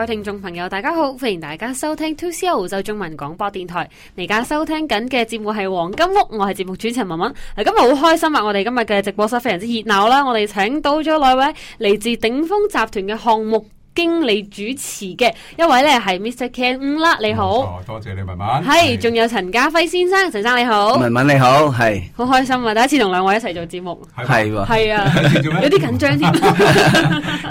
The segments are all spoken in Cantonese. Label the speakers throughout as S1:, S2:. S1: 位聽眾朋友，大家好，歡迎大家收聽 2CR 澳洲中文廣播電台。你而家收聽緊嘅節目係黃金屋，我係節目主持人文文。嗱，今日好開心啊！我哋今日嘅直播室非常之熱鬧啦，我哋請到咗兩位嚟自鼎豐集團嘅項目經理主持嘅，一位咧係 Mr Ken 伍啦，你好。
S2: 冇錯，多謝你文文。
S1: 係，仲有陳家輝先生，陳生你好，
S3: 文文你好，係
S1: 好開心啊！第一次同兩位一齊做節目，
S2: 係
S3: 係喎，
S1: 係啊，
S2: 第一次做咩
S1: 有啲緊張添，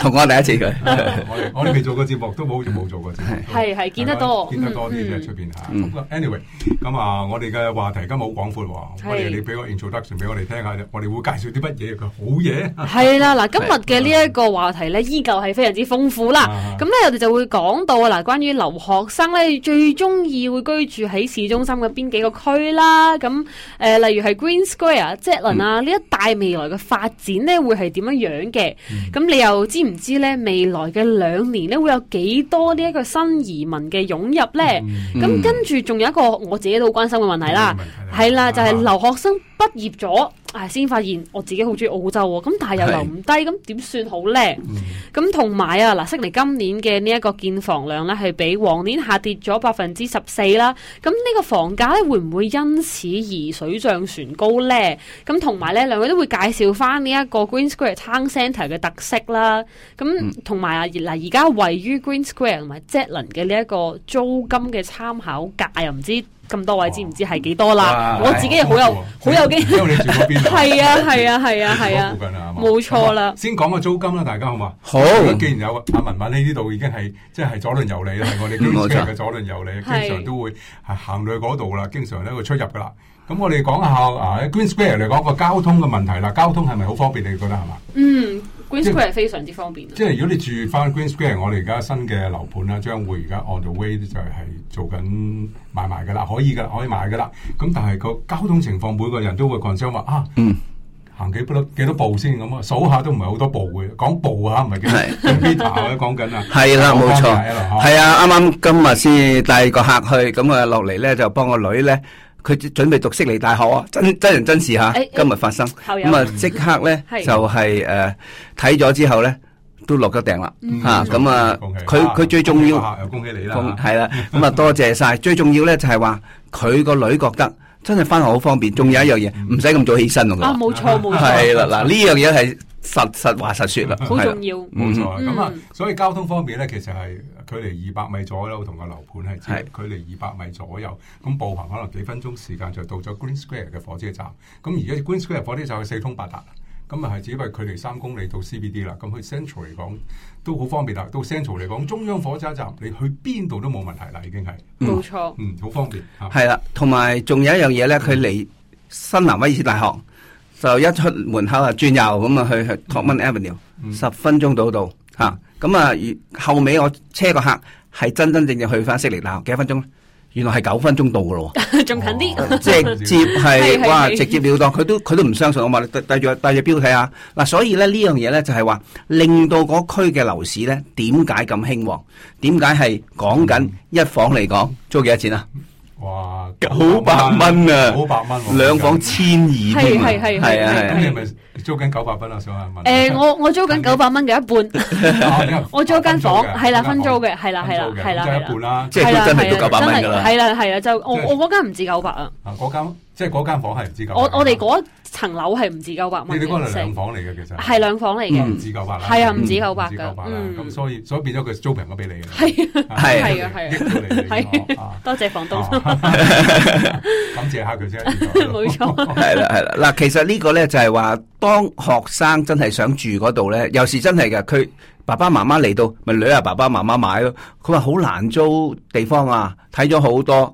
S3: 同我第一次佢，
S1: 嗯
S2: 我哋我哋未做過節目，都冇好似冇做過節目。
S1: 係係見得多，
S2: 見得多啲
S1: 嗯
S2: 啫，出邊嚇。咁啊 anyway，咁啊，我哋嘅話題今日好廣闊喎。我
S1: 係
S2: 哋你俾個 introduction 俾我哋聽下啫，我哋會介紹啲乜嘢嘅好嘢。
S1: 係啦，嗱，今日嘅呢一個話題咧，依舊係非常之豐富啦。
S2: 啊
S1: 咁咧，我哋就會講到嗱，關於留學生咧最中意會居住喺市中心嘅邊幾個區啦。咁誒、呃例如係 Green Square、Zetland 啊，呢一帶未來嘅發展咧會係點樣樣嘅？咁、你又知唔知咧未來嘅兩年咧會有幾多呢一個新移民嘅湧入咧？
S2: 嗯
S1: 咁、
S3: 嗯
S1: 跟住仲有一個我自己都好關心嘅問題啦。係啦，
S2: 啊
S1: 就係、留學生畢業咗，啊先發現我自己好中意澳洲喎，咁但係又
S3: 係
S1: 留唔低，咁點算好咧？
S2: 嗯
S1: 咁同埋啊，嗱，悉尼今年嘅呢一個建房量咧，係比往年下跌咗百分之十四啦。咁呢個房價咧，會唔會因此而水漲船高咧？咁同埋咧，兩位都會介紹翻呢一個 Green Square Town Centre 嘅特色啦。咁同埋啊，嗱，而家位於 Green Square 同埋 Zetland 嘅呢一個租金嘅參考價，又唔知咁多位知唔知係幾多啦？
S3: 哇
S1: 我自己好有
S2: 啊
S1: 好有經，
S2: 因為你住嗰邊啊。
S1: 係啊係啊係啊係啊
S2: 住嗰附，近啊，係嘛
S1: 冇錯啦。
S2: 先講個租金啦，大家好嘛？
S3: 好
S2: 咁既然有阿文文喺呢度已經係即係左鄰右里 啦，係我哋經
S3: 冇
S2: 常
S3: 錯
S2: 嘅左鄰右里，
S1: 係
S2: 經常都會係行到去嗰度啦，經常咧會出入噶啦。咁我哋講下啊喺，Green Square 嚟講個交通嘅問題啦，交通係咪好方便？你覺得係嘛？
S1: 嗯，Green Square 係非常之方便啊。
S2: 即係如果你住翻 Green Square，我哋而家新嘅樓盤啦，將會而家 on the way 就係做緊買埋噶啦，可以噶啦，可以買噶啦。咁但係個交通情況，每個人都會 concern 話啊，
S3: 嗯
S2: 行幾多幾多步先咁啊？數下都唔係好多步嘅，講步啊，唔係幾多
S3: 係
S2: meter 啊，講緊啊，
S3: 係啦，冇錯，
S2: 係
S3: 係啊，啱啱今日先帶個客去，咁啊落嚟咧就幫個女咧，佢準備讀悉尼大學啊，真真人真事吓
S1: 誒誒，
S3: 今日發生，
S1: 校友
S3: 咁啊即刻咧
S1: 係
S3: 就係誒睇咗之後咧都落咗訂啦，
S1: 嗯
S3: 吓咁啊
S2: 恭喜
S3: 佢佢最重要。
S2: 又恭喜你啦，
S3: 咁係啦，咁啊多謝晒。最重要咧就係話佢個女覺得真係翻學好方便，仲有一樣嘢唔使咁早起身咯。
S1: 啊，冇錯冇錯，
S3: 係啦，嗱呢樣嘢係實實話實說啦，
S1: 嗯好
S3: 係啦
S1: 重要。
S2: 冇錯啊，
S1: 嗯
S2: 咁啊，所以交通方面咧，其實係距離二百米左右同個樓盤係
S3: 係
S2: 距離二百米左右，咁步行可能幾分鐘時間就到咗 Green Square 嘅火車站。咁而家 Green Square 火車站係四通八達，咁啊係只不過距離三公里到 CBD 啦。咁去 Central 嚟講都好方便啦。到 Central 嚟講，中央火車站你去邊度都冇問題啦，已經係
S1: 冇 錯，
S2: 嗯好方便嚇。
S3: 係啦，同埋仲有一樣嘢咧，佢嚟新南威爾士大學就一出門口啊轉右咁啊去去
S1: 嗯
S3: Topman Avenue，十分鐘到到嚇。咁啊，如後尾我車個客係真真正正去翻悉尼大學幾多分鐘咧？原來係九分鐘到噶咯喎。
S1: 仲近啲。
S2: 哦
S3: 直接
S1: 係係
S3: 係哇，
S1: 係
S3: 直接了當，佢都佢都唔相信啊我嘛，你戴戴住戴住錶睇下嗱，所以咧呢樣嘢咧就係話令到嗰區嘅樓市咧點解咁興旺？點解係講緊一房嚟講租幾多錢啊？
S2: 哇，
S3: 嗯九百蚊啊
S2: 九百蚊喎
S3: 兩房千二添啊，
S1: 係係係
S3: 係啊
S1: 係
S2: 咁
S3: 係
S2: 你係咪租緊九百蚊啊？想 問問
S1: 誒，我我租緊九百蚊嘅一 半，
S2: 啊
S1: 我租間房
S2: 分租嘅
S1: 係啦，
S2: 分
S1: 分
S2: 租
S1: 租
S2: 嘅
S1: 嘅係啦，係啦，
S2: 分租嘅
S1: 係啦，
S2: 咁
S1: 係
S2: 即係一半
S1: 啦，
S2: 啦。
S3: 即係佢真係
S1: 係啦
S3: 到九百蚊㗎啦，
S1: 係啦，係啦，就我
S2: 即係
S1: 我嗰間唔止九百啊，
S2: 啊，嗰間即係嗰間房係唔止九百
S1: 我
S2: 蚊。
S1: 我哋嗰層樓係唔止九百
S2: 你
S1: 蚊
S2: 哋嗰
S1: 嘅，
S2: 係兩房嚟嘅，其實
S1: 係兩房嚟
S2: 唔
S1: 嘅，
S2: 止九百啦，
S1: 係啊，唔
S2: 嗯
S1: 止九百
S2: 唔止
S1: 㗎
S2: 九百，啦。咁
S1: 嗯，
S2: 所以所以變咗佢租平咗俾你嘅，
S1: 係啊，
S2: 啊
S3: 係
S1: 係啊係啊
S2: 益到你
S1: 係
S2: 嘅啊
S1: 多謝房東，
S2: 啊 感謝下佢先。
S1: 冇 錯，
S3: 係啦，係啦。嗱，其實呢個呢，就係話，當學生真係想住嗰度呢，有時真係嘅，佢爸爸媽媽嚟到，咪女啊爸爸媽媽買咯。佢話好難租地方啊，睇咗好多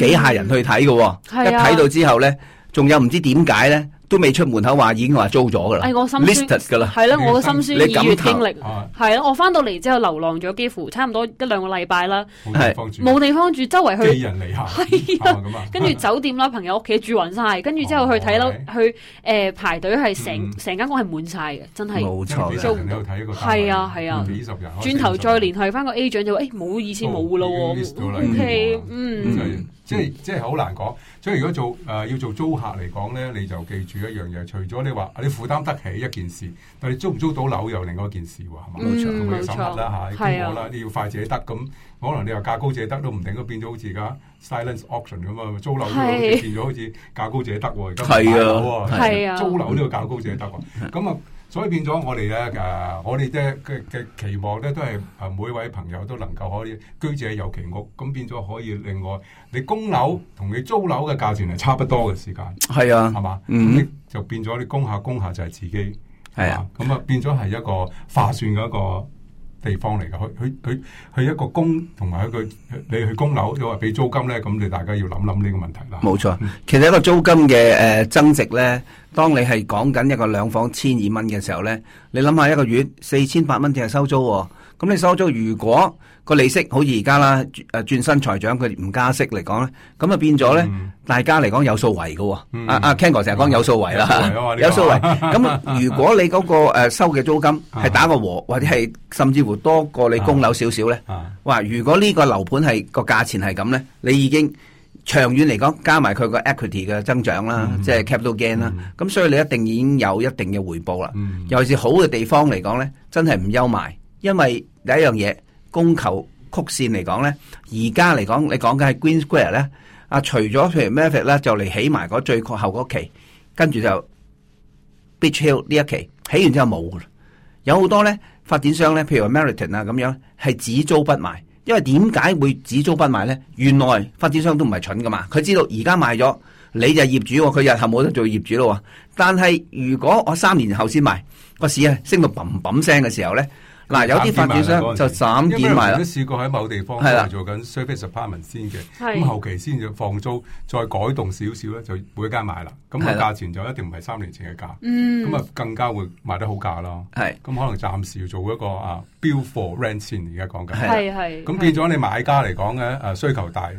S3: 幾下人去睇嘅
S1: 嗯係啊
S3: 喎，一睇到之後呢，仲有唔知點解呢，都未出門口話已經話租咗㗎啦
S1: 誒，我心酸
S3: ，listed 㗎啦，
S1: 係啦，我嘅心酸
S3: 你感
S1: 二月
S3: 嘆
S1: 經歷，
S2: 啊，
S1: 係咯，我翻到嚟之後流浪咗幾乎差唔多一兩個禮拜啦，
S2: 冇地方住，
S1: 冇地方住，周圍去
S2: 寄人籬下，
S1: 係啊
S2: 啊咁啊，
S1: 跟住酒店啦，朋友屋企住暈晒，跟住之後去睇樓
S2: 哦，
S1: 去誒排隊係
S2: 嗯
S1: 成成間屋係滿晒嘅，真係。
S3: 冇
S2: 因為
S3: 錯
S2: 幾
S3: 嘅
S2: 十。人喺度睇一個單位
S1: 係啊係啊
S2: 幾十人，
S1: 轉頭再聯繫翻個 agent 就話誒冇意思冇咯
S2: 哦已經 list 咗啦
S1: ，OK，
S2: 已經
S1: 嗯
S3: 嗯，
S2: 嗯即係即係好難講。所以如果做誒、呃要做租客嚟講咧，你就記住一樣嘢，除咗你話你負擔得起一件事，但係你租唔租到樓又另外一件事喎，係嘛？
S1: 嗯冇錯
S2: 咁你要審
S1: 冇
S2: 核啦
S1: 錯
S2: 嚇，
S1: 係
S2: 經
S1: 啊
S2: 過啦，你要快者得咁，可能你話價高者得都唔定，咁變咗好似而家 silence auction 咁啊，租樓都好似
S1: 係
S2: 變咗好似價高者得喎，而家
S3: 係啊
S2: 買樓喎
S3: 係
S1: 係啊
S2: 租樓都要較高先得喎。咁啊，所以變咗我哋咧誒，我哋咧嘅嘅期望咧都係誒每位朋友都能夠可以居者有其屋，咁變咗可以另外你供樓同你租樓嘅價錢係差不多嘅時間，
S3: 係啊
S2: 係，嘛？
S3: 嗯
S2: 咁你就變咗你供下供下就係自己
S3: 係啊，
S2: 嘛咁啊變咗係一個化算嘅一個。地方嚟嘅，佢佢佢佢一個供同埋一個你去供樓，你話俾租金咧，咁你大家要諗諗呢個問題啦。
S3: 冇錯。其實一個租金嘅诶增值咧，當你係講緊一個兩房千二蚊嘅時候咧，你諗下一個月四千八蚊淨係收租喎。咁你收租如果個利息好似而家啦，诶轉新財長佢唔加息嚟講咧，咁啊變咗咧，
S2: 嗯
S3: 大家嚟講有數圍嘅喎。
S2: 嗯
S3: 阿阿 Ken 哥成日講有數圍啦。有
S2: 有
S3: 數
S2: 數
S3: 為
S2: 圍。
S3: 咁啊，如果你嗰、個呃收嘅租金係打個和，或者係甚至乎多過你供樓少少咧，
S2: 啊
S3: 哇！如果呢個樓盤係個價錢係咁咧，你已經長遠嚟講加埋佢個 equity 嘅增長啦，
S2: 嗯
S3: 即係 capital gain 啦，咁、所以你一定已經有一定嘅回報啦。
S2: 嗯
S3: 尤其是好嘅地方嚟講咧，真係唔憂埋，因為第一樣嘢供求曲線嚟講咧，而家嚟講你講緊係 Green Square 咧，啊除咗譬如 m a v i c 咧就嚟起埋嗰最後嗰期，跟住就 Beach Hill 呢一期起完之後冇噶啦，有好多咧發展商咧，譬如話 Meriton 啊咁樣係只租不賣。因為點解會只租不賣咧？原來發展商都唔係蠢噶嘛，佢知道而家賣咗，你就係業主喎，佢日後冇得做業主咯喎。但係如果我三年後先賣，個市啊升到砰砰聲嘅時候咧，嗱有啲發展商就斬件賣
S2: 因為我都
S3: 啦，
S2: 試過喺某地方
S3: 係啦
S2: 係做緊 service apartment 先嘅，
S1: 嗯係
S2: 咁後期先至放租，再改動少少咧，就每間買啦。咁個
S3: 係啦
S2: 價錢就一定唔係三年前嘅價，
S1: 嗯
S2: 咁啊更加會賣得好價咯。
S3: 係
S2: 咁可能暫時要做一個啊 bill for rent 先，而家講緊。
S1: 係係
S2: 咁變咗你買家嚟講咧，誒需求大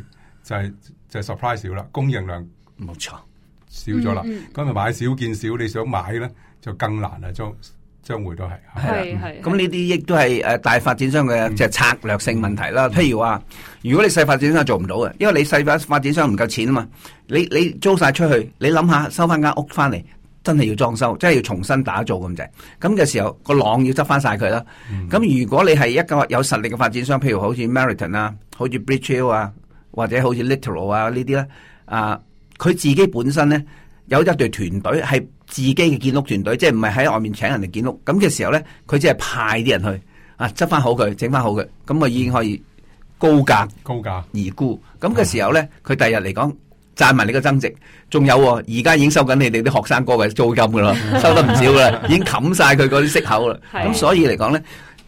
S2: 就係就係 supply 少啦，供應量
S3: 冇錯。
S2: 少咗啦
S1: 嗯嗯。
S2: 咁啊買少見少，你想買咧就更難啦，將將會都係。
S1: 嗯係係
S3: 咁呢啲亦都係誒大發展商嘅即係策略性問題啦。譬如話，如果你細發展商做唔到嘅，因為你細發發展商唔夠錢啊嘛，你你租晒出去，你諗下收翻間屋翻嚟，真係要裝修，真係要重新打造咁滯。咁嘅時候，個浪要執翻晒佢啦。咁、如果你係一個有實力嘅發展商，譬如好似 Meriton 啊，好似 Bridge Hill 啊，或者好似 Littoral 啊呢啲咧，啊，佢自己本身咧有一隊團隊係自己嘅建屋團隊，即係唔係喺外面請人嚟建屋。咁嘅時候咧，佢只係派啲人去啊，執翻好佢，整翻好佢，咁啊已經可以高價
S2: 高價。
S3: 而沽。咁嘅時候咧，佢第日嚟講。賺埋你個增值，仲有喎而家已經收緊你哋啲學生哥嘅租金噶啦，收得唔少噶啦，已經冚晒佢嗰啲息口啦。
S1: 係
S3: 咁所以嚟講咧，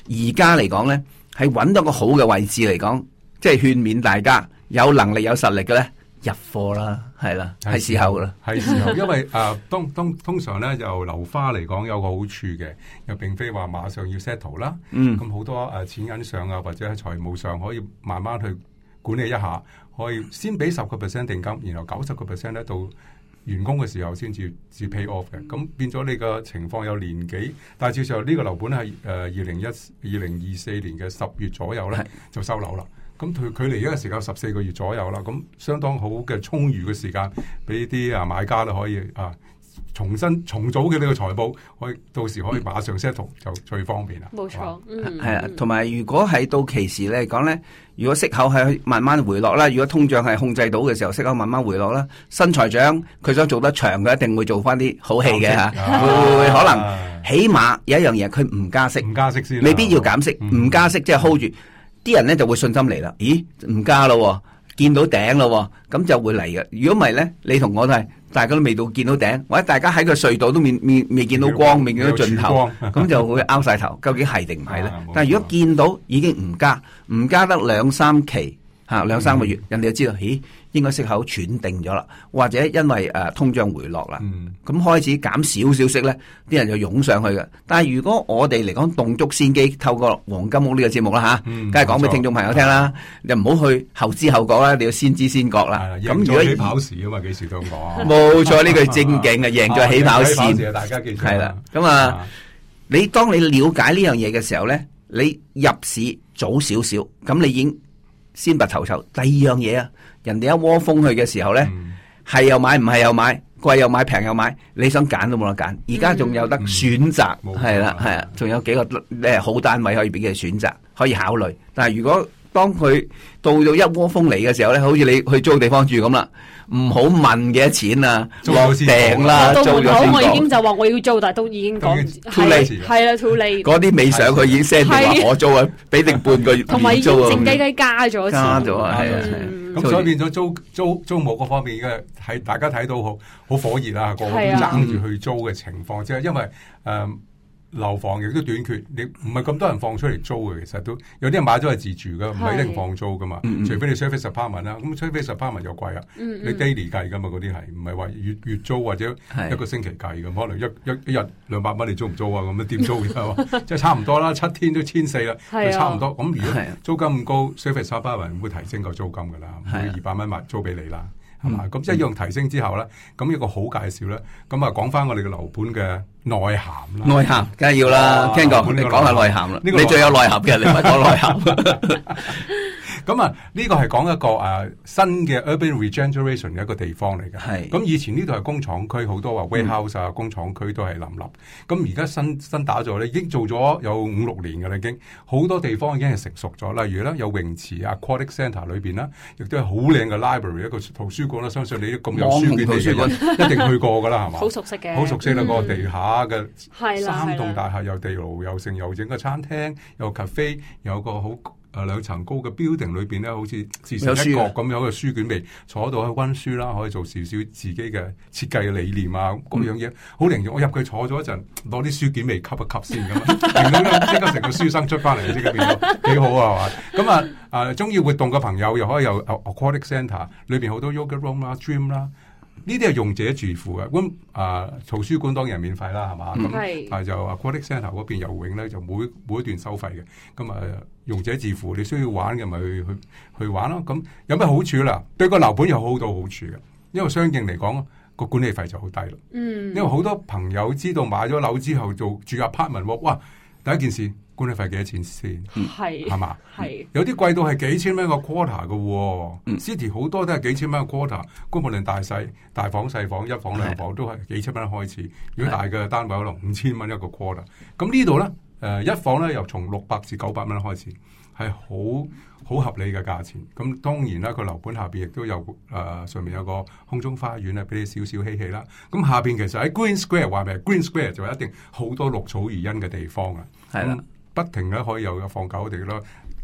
S3: 而家嚟講咧，係揾到個好嘅位置嚟講，即係勸勉大家有能力有實力嘅咧，入貨啦，係啦，係時候啦。
S2: 係時候，因為 誒、啊當當通常咧，就樓花嚟講有個好處嘅，又並非話馬上要 settle 啦。
S3: 嗯
S2: 咁好多誒、啊錢銀上啊，或者係財務上可以慢慢去管理一下，可以先俾十個 percent 定金，然後九十個 percent 咧到完工嘅時候先至至 pay off 嘅。
S3: 嗯
S2: 咁變咗你個情況有年幾，但係至少呢個樓盤係誒呃二零一二零二四年嘅十月左右咧
S3: 係
S2: 就收樓啦。咁佢距離而家嘅時間十四個月左右啦，咁相當好嘅充裕嘅時間，俾啲啊買家都可以啊重新重組嘅呢個財報，可以到時可以馬上 settle 就最方便啦。
S1: 冇
S2: 係嘛
S1: 錯，嗯
S3: 係啊，同埋如果係到期時嚟講咧，如果息口係慢慢回落啦，如果通脹係控制到嘅時候，息口慢慢回落啦，新財長佢想做得長嘅，一定會做翻啲好戲嘅嚇，
S2: 啊
S3: 會會會可能起碼有一樣嘢佢唔加息。
S2: 唔加息先啊啦，
S3: 未必要減息，
S2: 哦嗯
S3: 唔加息即係 hold 住，啲人咧就會信心嚟啦。咦，唔加咯喎，見到頂咯喎，咁就會嚟嘅。如果唔係咧，你同我都係大家都未到見到頂，或者大家喺個隧道都未未未見到光，未見到盡頭，啊
S2: 有曙光
S3: 咁就會拗晒頭，究竟係定唔係咧
S2: 啊冇錯？
S3: 但係如果見到已經唔加，唔加得兩三期。嚇兩三個
S2: 嗯
S3: 月，人哋就知道，咦，應該息口喘定咗啦，或者因為誒、呃通脹回落啦，
S2: 嗯
S3: 咁開始減少少息咧，啲人就湧上去嘅。但係如果我哋嚟講動足先機，透過黃金屋呢個節目啦吓，
S2: 嗯
S3: 梗係講俾
S2: 冇錯
S3: 聽眾朋友聽啦，你唔好去後知後覺啦，你要先知先覺啦。
S2: 係贏
S3: 咁
S2: 咗起
S3: 如
S2: 跑
S3: 果
S2: 時啊嘛，幾時都咁講。
S3: 冇錯，呢句正經 嘅贏咗起跑
S2: 啊贏咗起
S3: 線，
S2: 啊大家記住
S3: 係啦。咁啊，，你當你了解呢樣嘢嘅時候咧，你入市早少少，咁你已經先拔頭籌。第二樣嘢啊，人哋一窩蜂去嘅時候咧，
S2: 嗯
S3: 係又買，唔係又買，貴又買，平又買，你想揀都冇得揀。而家仲有得
S2: 嗯
S3: 選擇，
S2: 冇錯
S3: 係啦，係啊，仲有幾個誒好單位可以俾佢選擇，可以考慮。但係如果當佢到到一窩蜂嚟嘅時候咧，好似你去租地方住咁啦，唔好問幾多錢啊，
S2: 租
S3: 落
S2: 咗先啊
S3: 訂啦，
S1: 到
S3: 租
S1: 門
S3: 啊咗
S1: 口
S3: 先
S1: 我已經
S3: 講。
S1: 就話我要租，但係都已經講唔知，
S2: 都
S3: 已經
S1: 係係啦，too late，
S3: 嗰啲未上，佢已經 send 電
S1: 係
S3: 話我租啊，俾定半個月
S1: 同埋已
S3: 免
S1: 經
S3: 租啊。
S1: 靜雞雞加咗
S3: 加
S1: 錢。
S3: 咗啊，係啊，係啊
S1: 嗯
S2: 咁所以變咗租租租務嗰方面嘅睇，大家睇到好好火熱啊，個個都
S1: 係啊
S2: 爭住去租嘅情況之下，因為誒、呃、樓房亦都短缺，你唔係咁多人放出嚟租嘅，其實都有啲人買咗係自住噶，唔係一定放租噶嘛。
S3: 嗯嗯
S2: 除非你 service apartment 啦，咁 service apartment 又貴啊，
S1: 嗯
S2: 你 daily 計噶嘛，嗰啲係唔係話月月租或者
S3: 係
S2: 一個星期計咁，可能一一一日兩百蚊你租唔租啊？咁樣點租 嘅係嘛？即係差唔多啦，七天都千四啦，
S1: 係啊
S2: 就差唔多。咁如果
S3: 係啊
S2: 租金咁高，service 沙巴人會提升個租金㗎啦，
S3: 係啊嗯
S2: 每二百蚊賣租俾你啦，係嘛？咁一樣提升之後咧，咁一個好介紹咧，咁啊講翻我哋嘅樓盤嘅內涵啦。
S3: 內涵梗係要啦
S2: 哇
S3: ，Ken 哥
S2: 呢個
S3: 你講下內涵啦，
S2: 呢
S3: 你
S2: 個內涵
S3: 最有內涵嘅，你咪講內涵。
S2: 咁啊，呢個係講一個誒、啊新嘅 urban regeneration 嘅一個地方嚟嘅。
S3: 係
S2: 咁以前呢度係工廠區，好多話 warehouse 啊、工廠區都係林立。咁而家新新打造咧，已經做咗有五六年㗎啦，已經好多地方已經係成熟咗。例如咧，有泳池啊、aquatic centre 裏邊啦，亦都係好靚嘅 library 一個圖書館啦。相信你都咁有書卷
S3: 網紅圖書館
S2: 嚟嘅，一定去過㗎啦，係嘛？
S1: 好熟悉嘅，
S2: 好熟悉啦，
S1: 嗯
S2: 嗰個地下嘅
S1: 係啦
S2: 三棟
S1: 係啦
S2: 大廈，有地牢，有剩，又整個餐廳，有 cafe，有個好誒兩層高嘅 building 裏邊咧，好似自成一角
S3: 有書
S2: 咁樣嘅書卷味，坐喺度去温書啦，可以做少少自己嘅設計嘅理念啊，嗰樣嘢好靈活。我入去坐咗一陣，攞啲書卷味吸一吸先咁啊，令到咧即刻成個書生出翻嚟，即刻變咗幾好啊，係嘛？咁啊誒，中意活動嘅朋友又可以有 aquatic centre，裏邊好多 yoga room 啦、gym 啦。呢啲係用者自付嘅，咁啊圖書館當然係免費啦，係嘛？咁
S1: 嗯係
S2: 啊就 Aquatic Centre 嗰邊游泳咧，就每每一段收費嘅，咁啊用者自付，你需要玩嘅咪去去去玩咯。咁有咩好處啦？對個樓盤有好多好處嘅，因為相應嚟講個管理費就好低啦。
S1: 嗯
S2: 因為好多朋友知道買咗樓之後做住 apartment 喎，哇！第一件事管理費幾多錢先嗯係
S1: 係
S2: 嘛？
S1: 係
S2: 有啲貴到係幾千蚊個 quarter 嘅喎、
S3: 嗯
S2: c i t y 好多都係幾千蚊個 quarter，咁無論大細、大房、細房、一房、兩房都係幾千蚊開始。如果大嘅單位可能五千蚊一個 quarter，咁呢度咧誒一房咧又從六百至九百蚊開始，係好好合理嘅價錢。咁當然啦，個樓盤下邊亦都有誒、呃上面有個空中花園啊，俾你少少嬉戲啦。咁下邊其實喺 Green Square 話明，Green Square 就一定好多綠草如茵嘅地方啊。
S3: 係啦
S2: 咁不停咧可以有放狗哋咯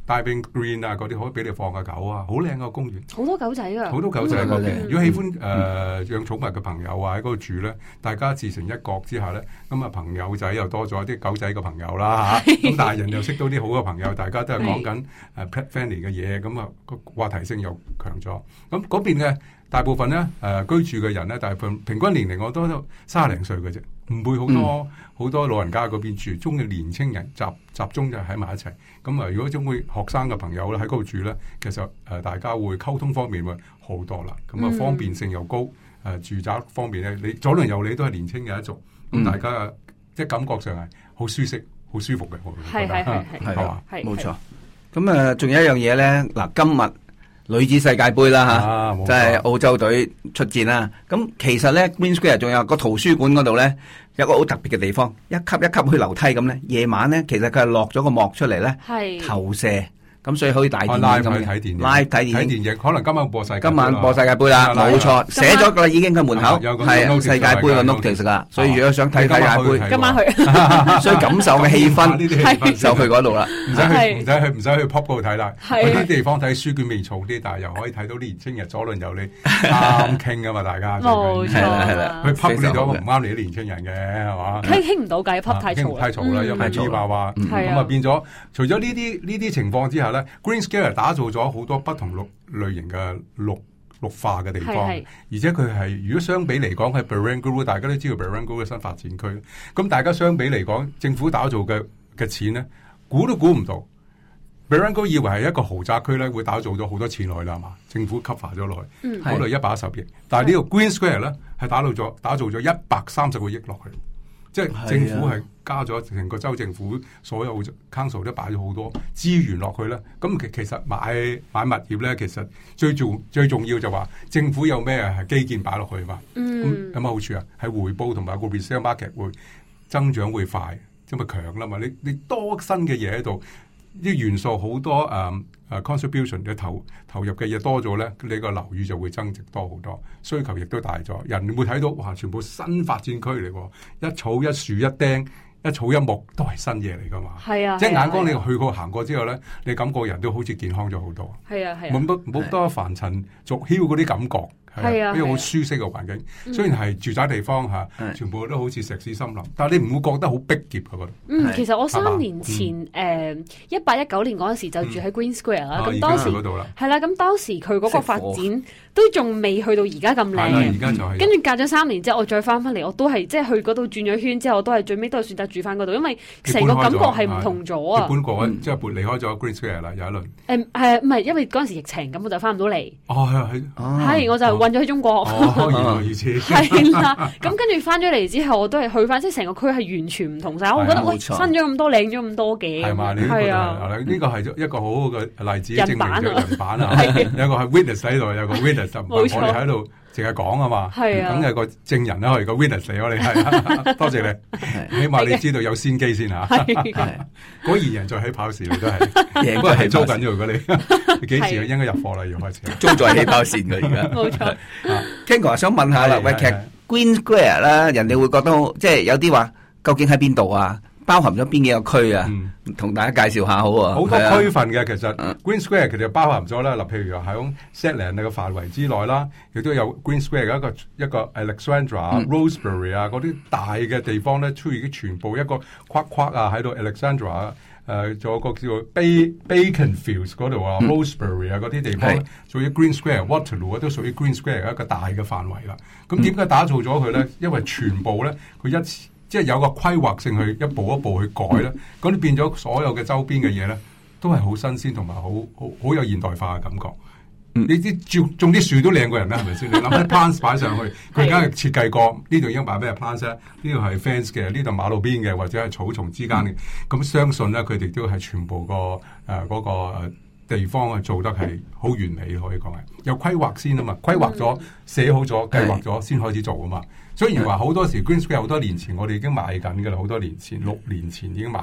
S2: ，diving green 啊嗰啲可以俾你放下狗啊，好靚個公園，
S1: 好多狗仔啊，
S2: 好多狗仔喺嗰邊。
S3: 嗯
S2: 如果喜歡誒、呃、養寵物嘅朋友啊，喺嗰度住咧，大家自成一角之下咧，咁啊朋友仔又多咗啲狗仔嘅朋友啦嚇，咁大人又識到啲好嘅朋友，大家都係講緊誒 pet friendly 嘅嘢，咁啊個話題性又強咗。咁嗰邊嘅大部分咧誒、呃居住嘅人咧，大部分平均年齡我都三廿零歲嘅啫，唔會好
S1: 嗯
S2: 多好、多老人家嗰邊住，中意年青人集集中就喺埋一齊。咁啊，如果中意學生嘅朋友咧喺嗰度住咧，其實誒、呃大家會溝通方面會好多啦。咁啊
S1: 嗯
S2: 方便性又高，誒、呃住宅方面咧，你左鄰右里都係年青嘅一族，咁、
S3: 嗯
S2: 大家啊即係感覺上係好舒適、好舒服嘅，我
S1: 係
S2: 覺得
S1: 係係係
S2: 係嘛？
S1: 係
S3: 冇錯。咁啊，仲有一樣嘢咧，嗱，今日女子世界盃啦
S2: 啊，
S3: 吓，
S2: 冇
S3: 就係
S2: 錯
S3: 澳洲隊出戰啦。咁其實咧，Green Square 仲有個圖書館嗰度咧，有個好特別嘅地方，一級一級去樓梯咁咧。夜晚咧，其實佢係落咗個幕出嚟咧，
S1: 係
S3: 投射，咁所以可以大電
S2: 啊，live
S3: 影咁
S2: 去睇電影
S3: live 睇電
S2: 睇
S3: 影。
S2: 電影，可能今晚播世界盃啦，
S3: 今晚播世界盃啦，
S2: 係啦
S3: 冇錯，
S1: 今晚
S3: 寫咗噶啦，已經喺門口，
S2: 有個
S3: 係啊
S2: notice
S3: 世界盃嘅
S2: 㗎
S3: notice 噶，所以
S2: 啊
S3: 如果想睇世界盃，
S1: 今晚去
S3: 想感受嘅 氣
S2: 呢
S3: 氛，
S2: 啲氣氛
S3: 就去嗰度啦。
S2: 唔使去，唔使去，唔使去 pop 嗰度睇啦。
S1: 係
S2: 嗰啲地方睇書卷味重啲，但係又可以睇到啲年青人左鄰 右里啱傾噶嘛，大家最緊要
S1: 冇
S3: 係啦
S1: 錯啦，
S2: 佢
S3: 係啦
S2: pub 你咗唔啱你啲年青人嘅係嘛？
S1: 傾傾唔到偈，pub 太
S2: 啊
S1: 嘈啦
S2: 太嘈啦，
S1: 嗯
S2: 因為
S3: 嘈
S2: 啲話話，
S1: 嗯係
S2: 咁
S1: 啊
S2: 啊變咗。除咗呢啲呢啲情況之下咧，Green Scale 打造咗好多不同綠類型嘅綠綠化嘅地方，
S1: 係係
S2: 而且佢係如果相比嚟講，喺 Barangaroo，大家都知道 Barangaroo 嘅新發展區。咁大家相比嚟講，政府打造嘅嘅錢咧，估都估唔到。Barangaroo 以為係一個豪宅區咧，會打造咗好多錢落去啦係嘛，政府 cover 咗落去。
S1: 嗯
S2: 嗰度一百一十億，但係呢個 Green Square 咧係打造咗打造咗一百三十個億落去，即係政府係加咗成個州政府所有 council 都擺咗好多資源落去啦。咁其其實買買物業咧，其實最重最重要就話政府有咩係基建擺落去嘛。咁
S1: 嗯
S2: 有乜好處啊？係回報同埋個 resale market 會增長會快，因為強啦嘛。你你多新嘅嘢喺度，啲元素好多誒誒、呃 contribution 嘅投投入嘅嘢多咗咧，你個樓宇就會增值多好多，需求亦都大咗。人會睇到哇，全部新發展區嚟喎，一草一樹一釘。一草一木都係新嘢嚟噶嘛，
S1: 係啊
S2: 即係
S1: 係啊
S2: 眼光你
S1: 係啊
S2: 去過行過之後咧，你感覺人都好似健康咗好多。
S1: 係啊係啊
S2: 冇，多冇多凡塵俗囂嗰啲感覺，
S1: 係啊
S2: 因為
S1: 係
S2: 好
S1: 啊嗯
S2: 舒適嘅環境。雖然係住宅地方嚇，
S3: 係
S2: 全部都好似石屎森林，但係你唔會覺得好逼仄啊嘅嗰度。
S1: 嗯，
S3: 係
S1: 其實我
S2: 係嘛嗯
S1: 三年前誒一八一九年嗰陣時就住喺 Green Square 啦，
S2: 啊而
S1: 咁
S2: 家
S1: 當
S2: 就
S1: 時
S2: 嗰度啦，
S1: 係啦，咁當時佢嗰個發展都仲未去到而家咁靚
S2: 係啦，而
S1: 嘅。
S2: 家就係
S1: 跟住隔咗三年之後，我再翻翻嚟，我都係即係去嗰度轉咗圈之後，我都係最尾都係選擇住翻嗰度，因為成個感覺係唔同咗
S2: 你
S1: 啊！
S2: 搬過
S3: 嗯
S2: 即係搬離開咗 Green Square 啦，有一輪。
S1: 誒係唔係因為嗰陣時疫情咁，我就翻唔到嚟，
S2: 哦，係係
S3: 哦
S1: 係我就運咗去中國。
S2: 哦，原來如此。
S1: 係 啦，咁跟住翻咗嚟之後，我都係去翻，即係成個區係完全唔同晒。我覺
S2: 係
S1: 得
S2: 啊
S1: 喂，
S3: 冇
S1: 新
S3: 錯
S1: 咗咁多，靚咗咁多嘅，
S2: 係嘛？你呢個
S1: 係
S2: 就
S1: 啊，
S2: 係呢個係一個好好嘅例子，證
S1: 人
S2: 明
S1: 版啊
S2: 咗人版啊！有個係 witness 喺度，有個 witness 就唔係
S1: 冇錯
S2: 我哋喺度淨係講啊嘛，
S1: 係啊
S2: 梗係個證人啦，我哋個 witness 嚟，我哋 係多謝你，起碼你知道有先機先嚇。
S1: 係
S2: 果然人在起跑時，你都係，
S3: 贏
S2: 不過
S3: 都
S2: 係
S3: 係
S2: 租
S3: 租
S2: 緊
S3: 緊，
S2: 咗。如果你你幾時應該入貨啦？要開始啦。
S3: 租在起跑線嘅而家。
S1: 冇錯，
S3: Ken 哥想問下啦
S2: 係，
S3: 喂，
S2: 係
S3: 其實
S2: 係
S3: Green Square 啦，人哋會覺得好，即係有啲話究竟喺邊度啊？包含咗邊幾個區啊？
S2: 嗯，
S3: 同大家介紹下好啊。
S2: 好
S3: 係啊
S2: 多區份嘅其實
S3: 嗯
S2: Green Square 其實包含咗啦，嗱，譬如喺 Setland 嘅範圍之內啦，亦都有 Green Square 嘅一個一個 Alexandra 啊、
S3: 嗯
S2: Roseberry 啊嗰啲大嘅地方咧，出現全部一個框框啊喺度 Alexandra 啊。誒，仲有個叫做 Bay Bacon Fields 嗰度啊、
S3: 嗯
S2: Roseberry 啊嗰啲地方
S3: 係，
S2: 屬於 Green Square、Waterloo 啊，都屬於 Green Square 一個大嘅範圍啦。
S3: 嗯
S2: 咁點解打造咗佢咧？因為全部咧，佢一次即係有個規劃性去一步一步去改咧，咁你變咗所有嘅周邊嘅嘢咧，都係好新鮮同埋好好好有現代化嘅感覺。
S3: 嗯
S2: 你啲種種啲樹都靚過人啦，係咪先？你諗啲 plants 擺上去，佢而家係設計過呢度已經擺咩 plants 咧？呢度係 fence 嘅，呢度馬路邊嘅，或者係草叢之間嘅。咁相信咧，佢哋都係全部個誒嗰個呃地方啊做得係好完美，可以講係有規劃先啊嘛，規劃咗、寫好咗、計劃咗先開始做啊嘛。雖然話好多時 Green Square 好多年前我哋已經賣緊㗎啦，好多年前六年前已經賣。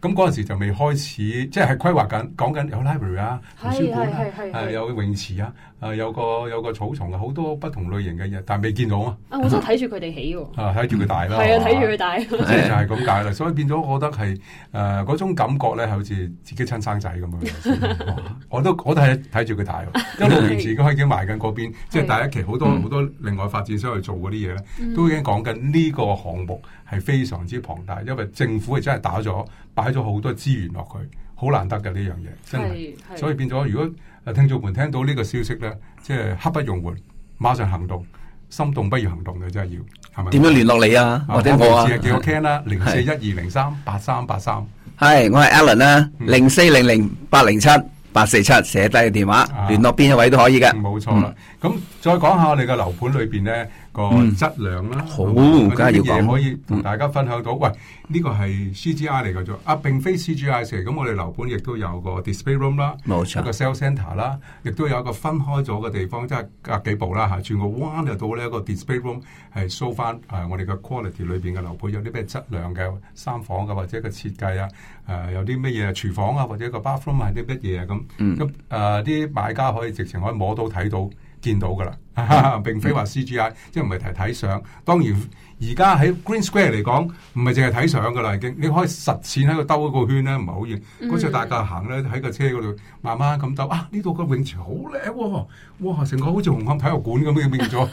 S2: 咁嗰陣時就未開始，即係規劃緊，講緊有 library 啊、圖書館啊
S1: 係係係係，
S2: 誒有泳池啊，誒有個有個草叢啊，好多不同類型嘅嘢，但係未見到啊，
S1: 啊我真係睇住佢哋起喎，
S2: 啊睇住佢大
S1: 係
S2: 啦，係
S1: 啊，
S2: 嘛
S1: 睇住佢大。
S2: 即係就係咁解啦，所以變咗我覺得係誒嗰種感覺咧，係好似自己親生仔咁樣。 哇我都我都係睇住佢大喎，一六年前已經開始賣緊嗰邊，即係第一期好多
S3: 嗯
S2: 好多另外發展商去做嗰啲嘢咧，都已經講緊呢個項目係非常之龐大，因為政府係真係打咗擺咗好多資源落去，好難得嘅呢樣嘢，真係。
S1: 係係
S2: 所以變咗，如果誒聽眾們聽到呢個消息咧，即係刻不容緩，馬上行動，心動不如行動嘅，真係要係咪？
S3: 點樣聯絡你啊？或者我啊？
S2: 係叫我 Ken 啦，零四
S3: 係啊
S2: 一二零三八三八三，
S3: 係，我係 Alan 啦，
S2: 嗯
S3: 零四零零八零七八四七，寫低個電
S2: 啊嗯
S3: 話，聯絡邊一位都可以嘅。
S2: 冇錯啦。咁再講下我哋嘅樓盤裏邊咧個
S3: 嗯
S2: 質量啦，
S3: 好
S2: 同埋
S3: 梗係要
S2: 有啲嘢
S3: 講
S2: 可以同大家分享到。喂，呢個係 CGI 嚟嘅啫，啊並非 CGI 嚟。咁我哋樓盤亦都有個 display room 啦。
S3: 冇
S2: 一個
S3: 錯，
S2: sales centre 啦，亦都有一個分開咗嘅地方，即係隔幾步啦嚇，轉個彎就到呢一個 display room 係 show 翻誒我哋嘅 quality 裏邊嘅樓盤有啲咩質量嘅三房嘅或者個設計啊，誒、有啲乜嘢廚房啊或者個 bathroom 係啲乜嘢啊咁，
S3: 嗯
S2: 咁誒啲買家可以直情可以摸到睇到。見到㗎
S3: 啊
S2: 啦，並非話 CGI，即係唔係睇睇相。當然，而家喺 Green Square 嚟講，唔係淨係睇相㗎啦，已經你可以實踐喺度兜一個圈咧，唔係好遠。
S3: 嗯
S2: 嗰次大家行咧喺個車嗰度，慢慢咁兜啊！呢度個泳池好靚喎，哇！成個好似紅磡體育館咁樣變 咗，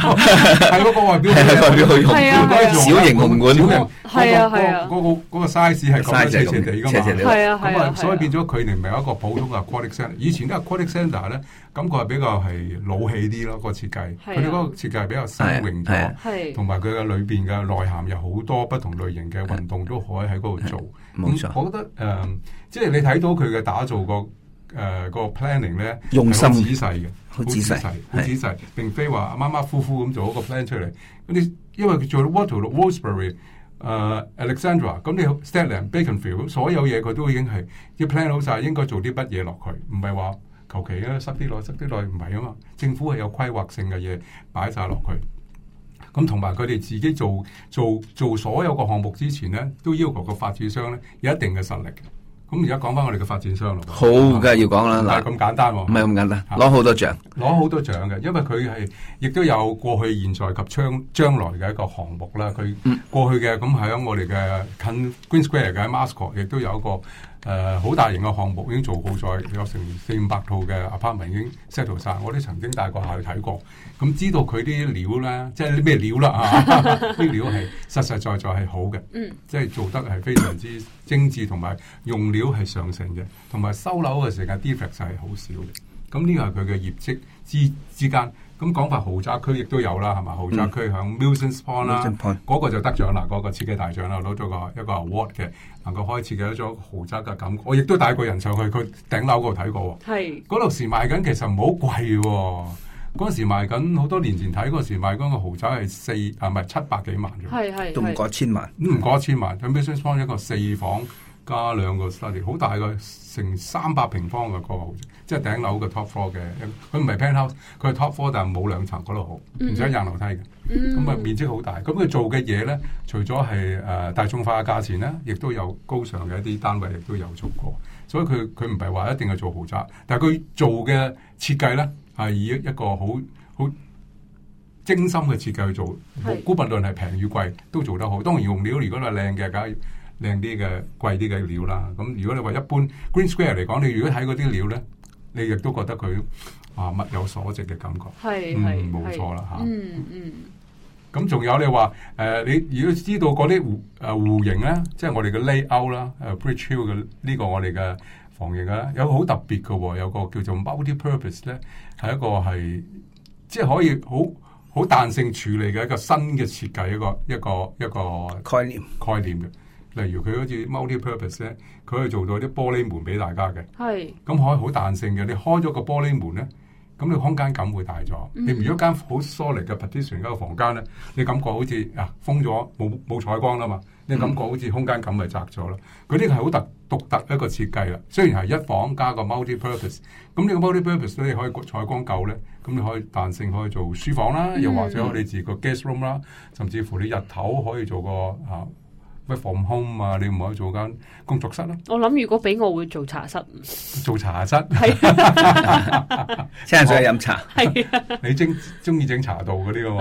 S2: 係嗰個外表，
S3: 係外表好用
S1: 係啊係啊
S3: 小型紅館
S2: 小型
S1: 係啊
S2: 嗰個
S1: 係啊
S2: 嗰個嗰個 size 係咁樣
S3: size
S2: 斜
S3: 係咁
S2: 斜地㗎
S3: 斜
S2: 嘛
S3: 斜。地
S1: 係啊係
S2: 咁
S1: 啊
S2: 啊，，所以變咗佢哋唔係一個普通嘅 aquatic centre。以前啲 aquatic centre 咧，感覺係比較係老氣啲咯，個設計。
S1: 係啊
S2: 佢哋嗰個設計係比較新穎
S3: 係啊
S2: 咗，
S1: 係
S2: 同埋佢嘅裏邊嘅內涵有好多不同類型嘅運動都可以喺嗰度做。
S3: 嗯冇錯
S2: 咁，我覺得誒、即係你睇到佢嘅打造個誒、個 planning 咧，
S3: 用心
S2: 係好仔細嘅，
S3: 好仔細
S2: 好仔細，並非話馬馬虎虎咁做一個 plan 出嚟。嗰啲因為佢做 Waterloo、Roseberry、誒 Alexandra，咁你 Statland、Baconfield 咁所有嘢佢都已經係要 plan 好晒，應該做啲乜嘢落去，唔係話求其啊塞啲落去塞啲落去，唔係啊嘛。政府係有規劃性嘅嘢擺晒落去。咁同埋佢哋自己做做做所有個項目之前咧，都要求個發展商咧有一定嘅實力嘅。咁而家講翻我哋嘅發展商咯，
S3: 好嘅要講
S2: 唔係
S3: 啦嗱，
S2: 啊咁簡啊單喎、
S3: 唔係咁簡單，攞好多獎。
S2: 攞好多獎嘅，因為佢係亦都有過去、現在及將將來嘅一個項目啦。佢過去嘅咁喺我哋嘅近 Green Square 嘅 Mascot，亦都有一個誒好、大型嘅項目已經做好咗，有成四五百套嘅 apartment 已經 settle 晒。我都曾經帶過下去睇過，咁知道佢啲料咧，即係啲咩料啦啊！ 啲料係實實在在係好嘅，
S1: 嗯
S2: 即係做得係非常之精緻，同埋用料係上乘嘅，同埋收樓嘅時間 defect 係好少嘅。咁呢個係佢嘅業績之之間。咁講法豪宅區亦都有啦，係嘛？豪宅區響 Milsons Point 啦，
S3: 嗯 Milsons Point
S2: 嗰個就得獎啦，嗰、個設計大獎啦，攞咗個一個 award 嘅，能夠開設計一種豪宅嘅感覺。我亦都帶過人上去，佢頂樓嗰度睇過喎。
S1: 係
S2: 嗰度時賣緊其實唔好貴喎、嗰時賣緊好多年前睇嗰時賣緊個豪宅係四啊唔係七百幾萬啫，
S1: 係係
S3: 都唔過千萬，
S2: 唔過一千萬。咁 Business Point 一個四房加兩個 study，好大個，成三百平方嘅個豪宅，即係頂樓嘅 top floor 嘅。佢唔係 penthouse，佢係 top floor，但係冇兩層嗰度好，唔使行樓梯嘅。咁啊
S1: 嗯
S2: 面積好大。咁佢做嘅嘢咧，除咗係誒大眾化嘅價錢咧，亦都有高尚嘅一啲單位，亦都有做過。所以佢佢唔係話一定係做豪宅，但係佢做嘅設計咧係以一個好好精心嘅設計去做
S1: 係，
S2: 估不論係平與貴都做得好。當然用料如果你係靚嘅，梗係靚啲嘅貴啲嘅料啦。咁如果你話一般 Green Square 嚟講，你如果睇嗰啲料咧，你亦都覺得佢啊物有所值嘅感覺。
S1: 係係
S2: 嗯，冇錯啦嚇。
S1: 嗯嗯
S2: 咁仲有你話誒、呃你如果知道嗰啲户誒户型咧，即係我哋嘅 layout 啦，誒 Bridge Hill 嘅呢個我哋嘅房型啦，有個好特別嘅喎，有個叫做 multi-purpose 咧，係一個係即係可以好好彈性處理嘅一個新嘅設計一個一個一個
S3: 概念
S2: 概念嘅。例如佢好似 multi-purpose 咧，佢可以做到啲玻璃門俾大家嘅。
S1: 係
S2: 咁可以好彈性嘅。你開咗個玻璃門咧，咁你空間感會大咗。你如果間好 solid 嘅 partition 嗰個房間咧，你感覺好似啊封咗冇冇採光啦嘛，你感覺好似空間感咪窄咗啦。佢呢個係好特獨特一個設計啦。雖然係一房加個 multi-purpose，咁呢個 multi-purpose 咧，你可以採光夠咧，咁你可以彈性可以做書房啦，又或者你自己個 guest room 啦，甚至乎你日頭可以做個啊。乜房 home 啊？你唔可以做間工作室啦，
S1: 我諗如果俾我會做茶室，
S2: 做茶室。
S1: 係
S3: 請人上去飲茶，
S1: 係啊
S2: 你中中意整茶道嗰啲噶嘛？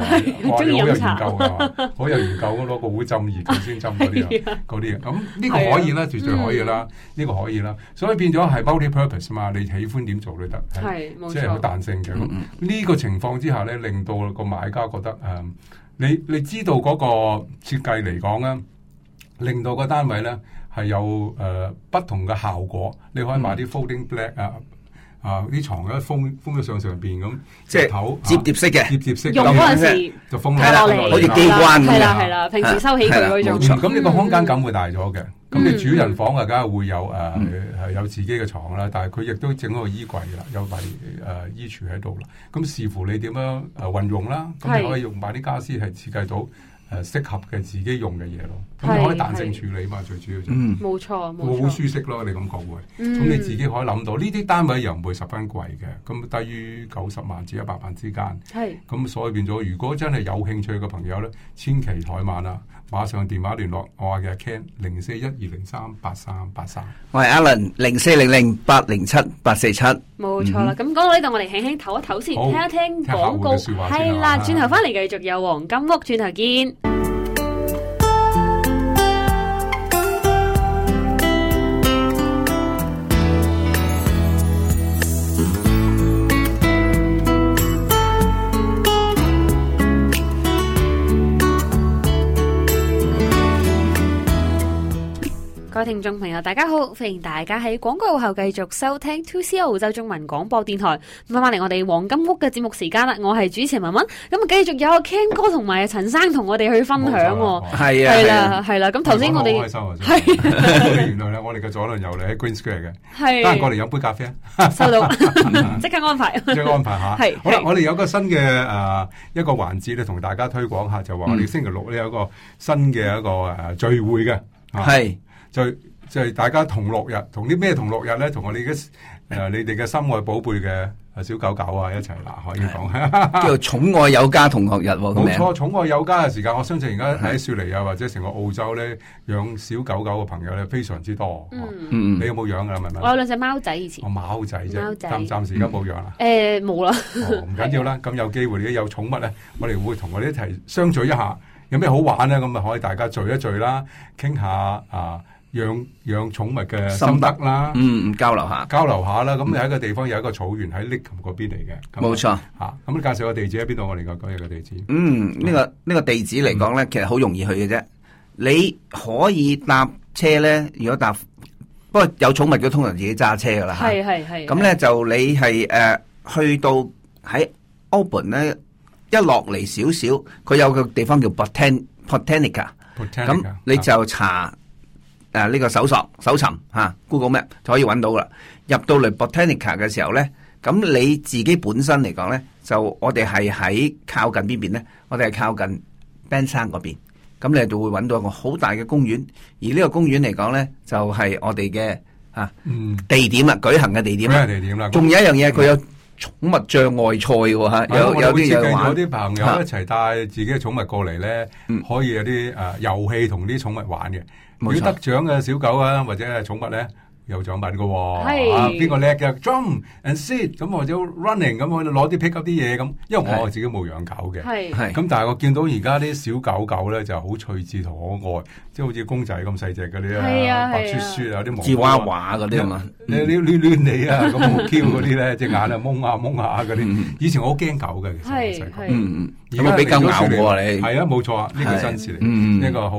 S2: 哇！
S1: 鍾
S2: 你
S1: 意飲
S2: 好有研究
S1: 茶
S2: 噶， 好有研究咁攞個壺浸熱佢先浸嗰啲啊，嗰啲啊。咁呢個可以啦，絕對可以
S1: 嗯
S2: 啦，呢個可以啦。所以變咗係 multi purpose 嘛，你喜歡點做都得，
S1: 係冇
S2: 即係好
S1: 錯，
S2: 彈性嘅。
S3: 嗯
S2: 咁呢個情況之下咧，令到個買家覺得誒、嗯你你知道嗰個設計嚟講咧，令到個單位咧係有誒、呃不同嘅效果。你可以買
S3: 嗯
S2: 啲 folding black 啊啊啲床咧封封咗上上邊咁，
S3: 即係
S2: 頭啊
S3: 摺疊式嘅，
S2: 疊疊式
S1: 用
S2: 咁
S1: 嗰陣時
S2: 就封
S3: 係啦
S1: 落嚟，
S2: 落嚟，
S3: 好似機
S2: 嗯
S3: 關咁
S1: 係啦
S2: 樣
S1: 係啦，平時收起佢嗰種
S3: 冇錯
S2: 咁你個空間感會大咗嘅。咁你
S1: 哦嗯
S2: 主人房啊，梗係會有誒係有自己嘅床啦，但係佢亦都整咗個衣櫃啦，有埋誒衣櫥喺度啦。咁視乎你點樣誒運用啦，咁你
S1: 係
S2: 可以用買啲家私係設計到誒適合嘅自己用嘅嘢咯。咁
S1: 係
S2: 你可以彈性處理嘛，最主要就
S3: 嗯，
S1: 冇錯冇
S2: 會好舒
S1: 錯，
S2: 適咯。你咁講會，咁
S1: 咁
S2: 你自己可以諗到呢啲單位又唔會十分貴嘅，咁低於九十萬至一百萬之間。
S1: 係
S2: 咁所以變咗，如果真係有興趣嘅朋友咧，千祈怠慢啦，馬上電話聯絡我嘅 Ken 零四一二零三八三八三。
S3: 我係 Alan 零四零零八零七八四七。
S1: 冇錯啦。咁講到呢度，我哋輕輕唞一唞先，
S2: 好
S1: 聽一聽
S2: 聽下
S1: 廣告。
S2: 會嘅説話先
S1: 係啦，
S2: 啊
S1: 轉頭翻嚟繼續有黃金屋，轉頭見。各位聽眾朋友，大家好，歡迎大家喺廣告後繼續收聽 Two C 澳洲中文廣播電台。咁翻返嚟我哋黃金屋嘅節目時間啦，我係主持人文文，咁啊繼續有 Ken 哥同埋陳生同我哋去分享喎。
S3: 係啊，
S1: 係
S3: 係啊。
S1: 啦，係啦，咁頭先我 哋
S2: 系啊 原來咧，我哋嘅左鄰右里喺 Green Square 嘅，得閒過
S1: 係
S2: 嚟飲杯咖啡啊，
S1: 收 到，即刻安排。
S2: 即係安排下。
S1: 係
S2: 好啦
S1: 係，
S2: 我哋有個新嘅誒一個環節咧，同大家推廣下，就話
S1: 嗯
S2: 我哋星期六咧有一個新嘅一個誒聚會嘅，啊
S3: 係。
S2: 就就係大家同樂日，同啲咩同樂日咧？同我哋嘅誒你哋嘅心愛寶貝嘅誒小狗狗啊一齊啦，可以 講。
S3: 叫做寵愛有家同學日喎，個
S2: 啊冇
S3: 名
S2: 錯，寵愛有家嘅時間，我相信而家喺雪梨啊，或者成個澳洲咧，養小狗狗嘅朋友咧非常之多。哦
S1: 嗯，
S3: 嗯
S2: 你
S3: 嗯，
S2: 有冇養啊？文
S1: 我有
S2: 文，
S1: 兩隻貓仔以前
S2: 我，貓仔
S1: 貓
S2: 啫，
S1: 仔
S2: 暫暫時而家冇養啦。
S1: 誒冇啦，
S2: 哦，唔緊要啦，咁有機會你有寵物咧，我哋會同我哋一齊相聚一下，有咩好玩咧？咁咪可以大家聚一聚啦，傾下啊養養寵物嘅心得啦，
S3: 嗯嗯，交流下，
S2: 交流下啦。咁啊有一個地方有一個草原喺 Lickham 嗰邊嚟嘅，咁
S3: 嗯冇錯。
S2: 嚇。咁你介紹個地址喺邊度？我哋個嗰日嘅地址。
S3: 嗯，呢、個呢、個地址嚟講咧，其實好容易去嘅啫。你可以搭車咧，如果搭，不過有寵物嘅通常自己揸車噶啦。
S1: 係係係。
S3: 咁咧就你係誒、呃去到喺 Auburn 咧，一落嚟少少，佢有個地方叫 Botan Botanica，
S2: Botanic
S3: 咁
S2: 啊
S3: 你
S2: 啊
S3: 就查誒呢個搜索搜尋嚇、啊 Google Map 就可以揾到啦。入到嚟 Botanica 嘅時候咧，咁你自己本身嚟講咧，就我哋係喺靠近邊邊咧？我哋係靠近 Ben 山嗰邊，咁你就會揾到一個好大嘅公園。而呢個公園嚟講咧，就係、我哋嘅啊
S2: 嗯，
S3: 地點啦，舉行嘅地
S2: 點
S3: 點啦
S2: 啊？。地點啦？
S3: 仲有一樣嘢，佢有寵物障礙賽喎
S2: 係
S3: 嚇
S2: 啊
S3: 有
S2: 我哋
S3: 有
S2: 會
S3: 啲
S2: 設計
S3: 嘢
S2: 咗
S3: 玩。
S2: 啲朋友一齊帶自己嘅寵物過嚟咧，
S3: 嗯
S2: 可以有啲誒遊戲同啲寵物玩嘅。如果
S3: 冇錯
S2: 得獎嘅小狗啊，或者係寵物咧，有獎品嘅喎。
S1: 係
S2: 啊邊個叻嘅？Jump and sit 咁或者 running 咁，我哋攞啲 pick up 啲嘢咁。因為我
S3: 係
S2: 自己冇養狗嘅，
S1: 係
S3: 係
S2: 咁但係我見到而家啲小狗狗咧就好趣致同可愛，即係好似公仔咁細隻嗰啲
S1: 係啊
S2: 啊，白
S1: 係
S2: 雪
S1: 啊
S2: 雪啊，有啲毛
S3: 芝
S2: 毛啊
S3: 娃娃嗰啲啊嘛，
S2: 你你亂亂你啊，咁好 Q 嗰啲咧，隻眼啊蒙下蒙下嗰啲。以前我好驚狗嘅，其
S1: 係
S2: 實我細個
S1: 係
S3: 嗯嗯，咁啊俾狗咬我啊你，
S2: 係啊，冇錯啊，呢個
S3: 係
S2: 新事
S3: 嗯嗯
S2: 嚟，一個好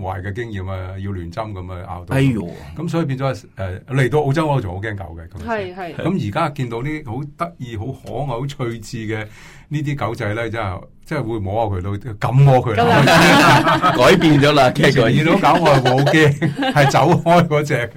S2: 壞嘅經驗啊，要亂針咁啊咬到。
S3: 哎呦，
S2: 咁所以變咗誒嚟到澳洲我仲好驚狗嘅。咁
S1: 係係。
S2: 咁而家見到啲好得意、好可愛、好趣致嘅呢啲狗仔咧，真係真係會摸下佢到，敢摸佢
S1: 咁啊
S2: 啦。
S3: 改變咗 啦，其
S2: 以前
S3: 實
S2: 遇到搞我係好 驚，係走開嗰只嘅。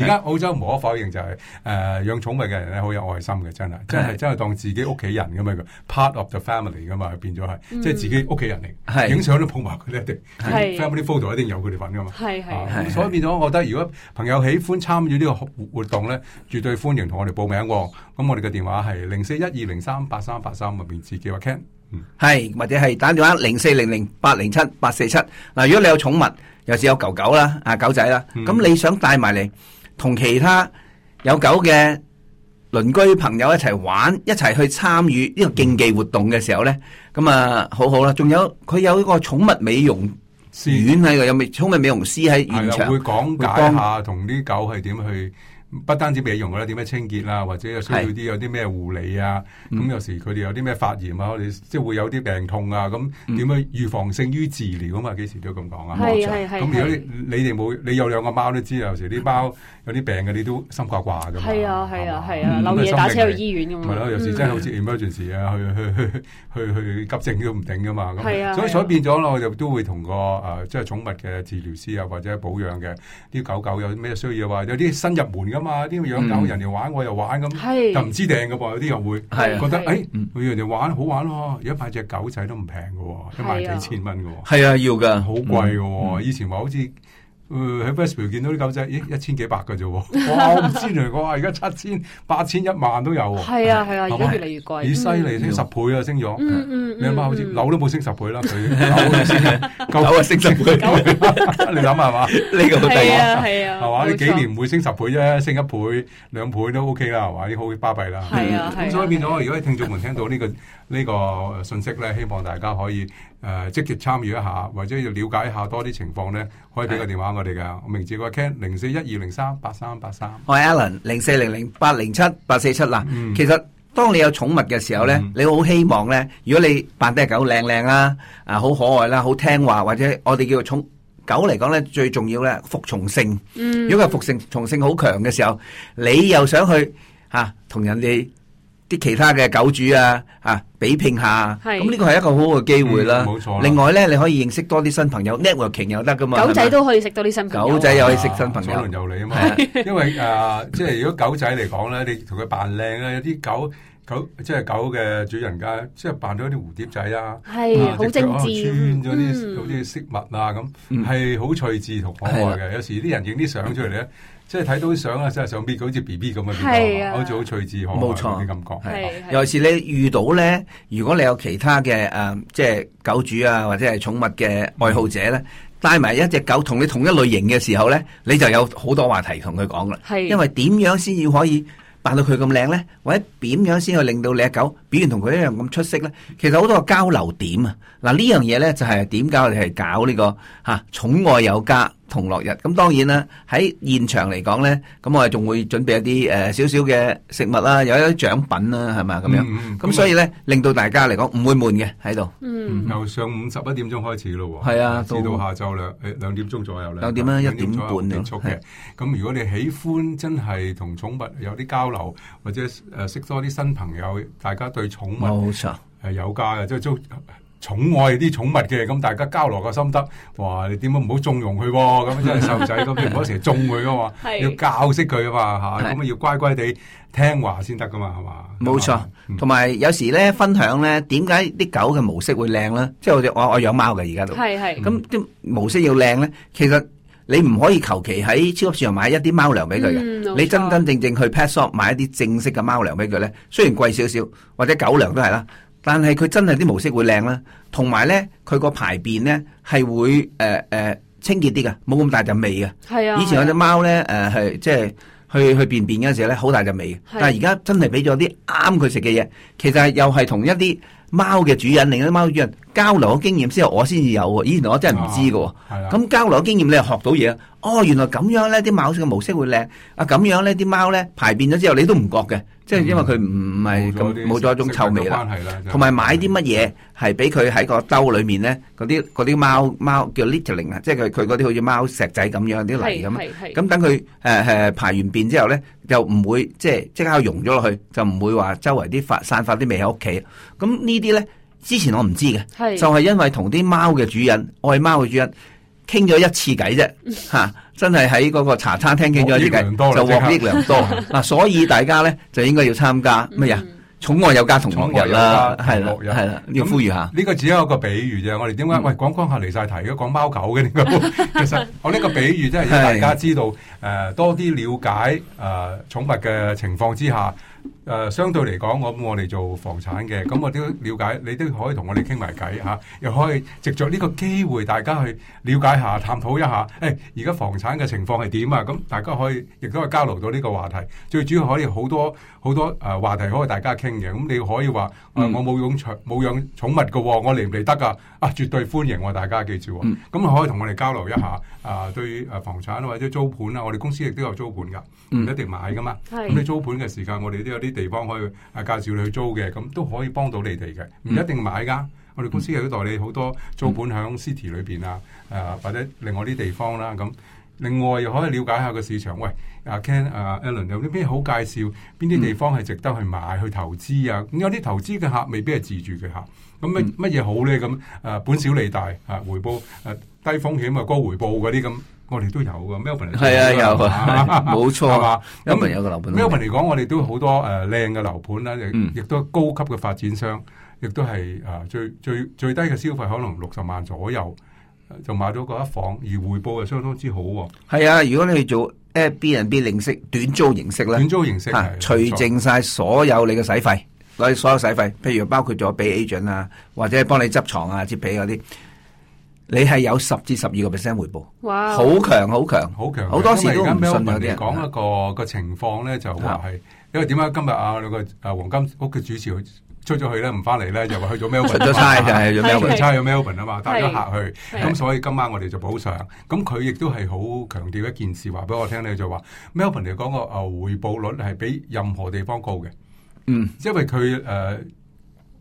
S2: 而家澳洲無可否認就係、誒、養寵物嘅人咧好有愛心嘅，真係真係真係當自己屋企人咁嘛，part of the family 噶嘛，變咗係、即係自己屋企人嚟，
S3: 係
S2: 影相都抱埋佢哋一定
S1: 嗯係
S2: ，family photo 一定有佢哋份噶嘛。
S1: 係係
S2: 啊
S3: 係
S2: 咁所以變咗，我覺得如果朋友喜歡參與呢個活活動咧，絕對歡迎同我哋報名喎。咁我哋嘅電話係零四一二零三八三八三入面自己話 Ken，嗯
S3: 係或者係打電話零四零零八零七八四七嗱，如果你有寵物，尤其有狗狗啦啊狗仔啦，咁你想帶埋嚟同其他有狗嘅鄰居朋友一齊玩，一齊去參與呢個競技活動嘅時候咧，咁啊好好啦，仲有佢有一個寵物美容。
S2: 是
S3: 院喺度有美寵物美容師喺
S2: 係
S3: 現
S2: 啦，會
S3: 場，
S2: 講解
S3: 會
S2: 下同啲狗係點去，不單止美容啦，點樣清潔啦，或者有需要啲有啲咩護理啊，咁有時佢哋有啲咩發炎啊，我哋即係會有啲病痛啊，咁點樣預防勝於治療啊嘛？幾時都咁講啊。
S1: 係
S2: 冇錯
S1: 係係
S2: 咁如果你你哋冇，你有兩個貓都知，有時啲貓有啲病嘅，你都心掛掛㗎嘛。
S1: 係啊係啊係啊，
S2: 係嘛
S1: 漏夜打車去。
S2: 咁啊心靈嚟
S1: 醫院咁
S2: 咪
S1: 啊
S2: 咯，有時真係好似 emergency 啊，去 去去去去急症都唔定噶嘛。
S1: 係啊
S2: 咁
S1: 係啊
S2: 所以所以變咗啦，我就都會同個誒即係寵物嘅治療師啊，或者保養嘅啲狗狗有啲咩需要啊，有啲新入門噶嘛，啲養狗
S3: 嗯
S2: 人哋玩我又玩咁，
S1: 係
S2: 又唔知訂嘅噃，有啲又會
S3: 係啊
S2: 覺得
S1: 係
S2: 誒
S3: 嗯，
S2: 佢人哋玩好玩咯，而家買只狗仔都唔平嘅喎，一
S1: 係啊
S2: 萬幾千蚊嘅喎，
S3: 係啊，嗯要噶，
S2: 好貴嘅喎。以前話好似誒喺 Westview 見到啲狗仔，咦一千幾百嘅啫喎， 哇我唔知原來我話而家七千、八千、一萬都有喎。
S1: 係啊係啊，而
S2: 係
S1: 家
S2: 咪
S1: 越嚟越貴。
S2: 咦，犀利，升
S3: 嗯
S2: 十倍啊，升咗。
S1: 嗯！嗯嗯，
S2: 你阿媽好似
S1: 嗯
S2: 樓都冇升十倍啦，佢 樓都升
S3: 狗
S2: 夠，
S3: 啊，升 十倍，呢
S2: 你諗下 係嘛？
S3: 個好
S1: 係
S3: 第
S1: 啊係啊，
S2: 係嘛？
S1: 冇
S2: 你幾
S1: 錯
S2: 年唔會升十倍啫，升一倍、兩倍都 OK 啦，係嘛？啲好巴閉啦。
S1: 係啊係啊
S2: 咁所以變咗，如果聽眾們聽到呢個呢個信息咧，希望大家可以誒積極參與一下，或者要了解一下多啲情況咧，可以俾個電話我哋㗎。我名字個 Ken 零四一二零三八三八三。
S3: 我係 Alan 零四零零八零七八四七嗱，
S2: 嗯
S3: 其實當你有寵物嘅時候咧
S2: 嗯，
S3: 你好希望咧，如果你扮得隻狗靚靚啦，啊好可愛啦，好聽話，或者我哋叫做寵狗嚟講咧，最重要咧服從性。
S1: 嗯，
S3: 如果佢服性從性好強嘅時候，你又想去嚇同、人哋啲其他嘅狗主啊嚇比拼下，
S1: 係
S3: 咁呢個係一個好好嘅機會啦。
S2: 嗯冇錯啦
S3: 另外咧，你可以認識多啲新朋友，networking 又得噶嘛。
S1: 狗
S3: 係
S1: 仔
S3: 咪
S1: 都可以識到啲新朋友。
S3: 狗仔又可以識新朋友
S2: 啊左鄰右里啊嘛
S3: 係啊。
S2: 因為誒、呃即係如果狗仔嚟講咧，你同佢扮靚咧，有啲狗狗即係狗嘅主人家，即係扮咗啲蝴蝶仔啊。
S1: 係
S2: 啊
S1: 好
S2: 隻腳
S1: 精
S2: 啊
S1: 緻，
S2: 穿咗啲
S1: 嗯
S2: 有啲飾物啊咁，
S3: 嗯
S2: 係好趣致同可愛嘅。有時啲人影啲相出嚟咧，即係睇到啲相啊，真係想搣佢好似 B B 咁嘅
S1: 係
S2: 變
S1: 啊
S2: 咗，好似好趣致可愛
S3: 冇錯
S2: 嗰啲感覺。嗯
S1: 係係
S3: 尤其是你遇到咧，如果你有其他嘅誒、呃即係狗主啊，或者係寵物嘅愛好者咧，帶埋一隻狗同你同一類型嘅時候咧，你就有好多話題同佢講啦。
S1: 係
S3: 因為點樣先要可以扮到佢咁靚咧，或者點樣先去令到你嘅狗表現同佢一樣咁出色咧？其實好多個交流點啊！嗱呢樣嘢咧就係點解我哋係搞呢、個嚇寵愛有加同樂日。咁當然啦，喺現場嚟講咧，咁我哋仲會準備一啲誒呃少少嘅食物啦，有一啲獎品啦，係咪啊咁樣？
S2: 嗯嗯
S3: 咁所以咧，令到大家嚟講唔會悶嘅喺度。
S1: 嗯。
S2: 由上午十一點鐘開始咯喎，
S3: 係啊
S2: 至
S3: 到
S2: 到下晝兩誒兩點鐘左右咧，
S3: 兩點啦
S2: 兩
S3: 一點半啊
S2: 左右
S3: 啦
S2: 結束嘅。咁如果你喜歡真係同寵物有啲交流，或者誒識多啲新朋友，大家對寵物
S3: 冇錯，
S2: 係有加嘅，即係中寵愛啲寵物嘅，咁大家交流個心得。哇！你點解唔好縱容佢喎？咁即係細路仔咁，你唔好成日縱佢噶嘛，
S1: 係
S2: 要教識佢啊嘛嚇，
S3: 係
S2: 咁啊要乖乖地聽話先得噶嘛，係嘛？
S3: 冇錯
S2: 嗯
S3: 同埋有時咧分享咧，點解啲狗嘅模式會靚咧？即係我哋我我養貓嘅而家都。
S1: 係係
S3: 咁啲模式要靚咧，其實你唔可以求其喺超級市場買一啲貓糧俾佢嘅。
S1: 嗯冇
S3: 你
S1: 錯
S3: 真真正正去 pet shop 買一啲正式嘅貓糧俾佢咧，雖然貴少少，或者狗糧都係啦，但係佢真係啲模式會靚啦，同埋咧佢個排便咧係會誒誒、呃呃清潔啲嘅，冇咁大陣味嘅。
S1: 係啊，
S3: 以前
S1: 係
S3: 有
S1: 啊
S3: 隻貓咧誒係即係。去去便便嗰陣時咧，好大陣味嘅。
S1: 係
S3: 但係而家真係俾咗啲啱佢食嘅嘢，其實係又係同一啲貓嘅主人、另一啲貓主人交流嘅經驗之後，我先至有喎。以前我真係唔知嘅喎。
S2: 係啊啦。
S3: 咁交流經驗你又學到嘢，哦，原來咁樣咧，啲貓嘅模式會靚啊，咁樣咧，啲貓咧排便咗之後你都唔覺嘅，即係因為佢唔唔係咁冇咗一種臭味啦。
S2: 啦
S3: 同埋買啲乜嘢係俾佢喺個兜裏面咧，嗰啲嗰啲貓貓叫 littering 啊，即係佢佢嗰啲好似貓石仔咁樣啲泥咁啊。
S1: 係係
S3: 咁等佢誒誒排完便之後咧，就唔會即係即刻溶咗落去，就唔會話周圍啲發散發啲味喺屋企。咁呢啲咧，之前我唔知嘅。
S1: 係
S3: 就係因為同啲貓嘅主人、愛貓嘅主人傾咗一次 偈啫，嚇、真係喺嗰個茶餐廳傾咗一
S2: 獲
S3: 次
S2: 益良多啦
S3: 偈，就
S2: 即刻
S3: 獲益良 多。嗱、所以大家咧就應該要參加咩呀？
S1: 嗯
S3: 寵愛有家同樂日啦，
S2: 寵愛
S3: 係
S2: 有家
S3: 啦
S2: 同樂日，
S3: 係啦，要
S2: 咁
S3: 呼籲下。
S2: 呢個只係一個比喻啫，我哋點解
S3: 啊嗯
S2: 喂講講下離晒題嘅講貓狗嘅呢個？其實我呢個比喻真係要大家知道，誒、多啲了解誒、呃、寵物嘅情況之下，誒、呃相對嚟講，我諗我哋做房產嘅，咁我都了解，你都可以同我哋傾埋偈嚇，又可以藉着呢個機會，大家去了解下、探討一下，誒而家房產嘅情況係點啊？咁大家可以亦都可以交流到呢個話題，最主要可以好多好多誒、呃、話題可以大家傾嘅，咁你可以話。啊
S3: 嗯
S2: 我冇養寵冇養寵物嘅喎，我嚟唔嚟得噶？啊，絕對歡迎喎，大家記住喎。
S3: 嗯
S2: 咁、可以同我哋交流一下啊，對誒房產或者租盤啊，我哋公司亦都有租盤噶，唔
S3: 嗯
S2: 一定買噶嘛。咁你
S1: 係
S2: 租盤嘅時間，我哋都有啲地方可以啊介紹你去租嘅，咁都可以幫到你哋嘅，唔
S3: 嗯
S2: 一定買噶。我哋公司有代理好多租盤響 City 裏邊啊，誒、或者另外啲地方啦，咁另外又可以了解下個市場。喂，阿 Ken、阿 Alan 有啲咩好介紹？邊啲地方係值得去買去投資啊？咁有啲投資嘅客未必係自住嘅客，咁乜乜嘢好咧？咁誒、啊本小利大啊，回報誒、啊低風險啊高回報嗰啲咁，我哋都有嘅。Melbourne 係
S3: 係啊，
S2: 最好
S3: 有
S2: 㗎
S3: 啊， 冇
S2: 係
S3: 錯，
S2: 嘛？
S3: 有
S2: 咁
S3: 朋友嘅樓盤都
S2: Melbourne 嚟講，我哋都好多誒靚嘅樓盤啦，
S3: 嗯
S2: 亦亦都高級嘅發展商，亦都係誒最最最低嘅消費可能六十萬左右呃就買到嗰一房，而回報又相當之好喎。
S3: 係啊，如果你去做 Airbnb 形式短租形式咧
S2: 短。租形式
S3: 啊
S2: 係
S3: 除淨晒所有你嘅使費，攞你所有使費，譬如包括咗俾 agent 啊，或者係幫你執床啊、接被嗰啲，你係有十至十二個 percent 回報，
S1: 哇，
S3: 好強好強。
S2: 好強嘅，啊
S3: 好多時都
S2: 因為
S3: 唔信
S2: 而家 Melbourne
S3: 有啲
S2: 嚟
S3: 人啊
S2: 講一個個情況咧，就話係因為點解今日啊你個誒黃金屋嘅主持出咗去咧，唔翻嚟咧，又話去咗 Melbourne
S3: 出咗差就係
S1: 係
S3: 咁
S2: 出
S3: 樣
S1: 係。
S2: 差去 Melbourne 啊嘛，帶咗客去。
S1: 係
S2: 咁所以今晚我哋就補償。咁佢亦都係好強調一件事，話俾我聽咧，就話 Melbourne 嚟講個啊誒回報率係比任何地方高嘅，
S3: 嗯，
S2: 因為佢誒、呃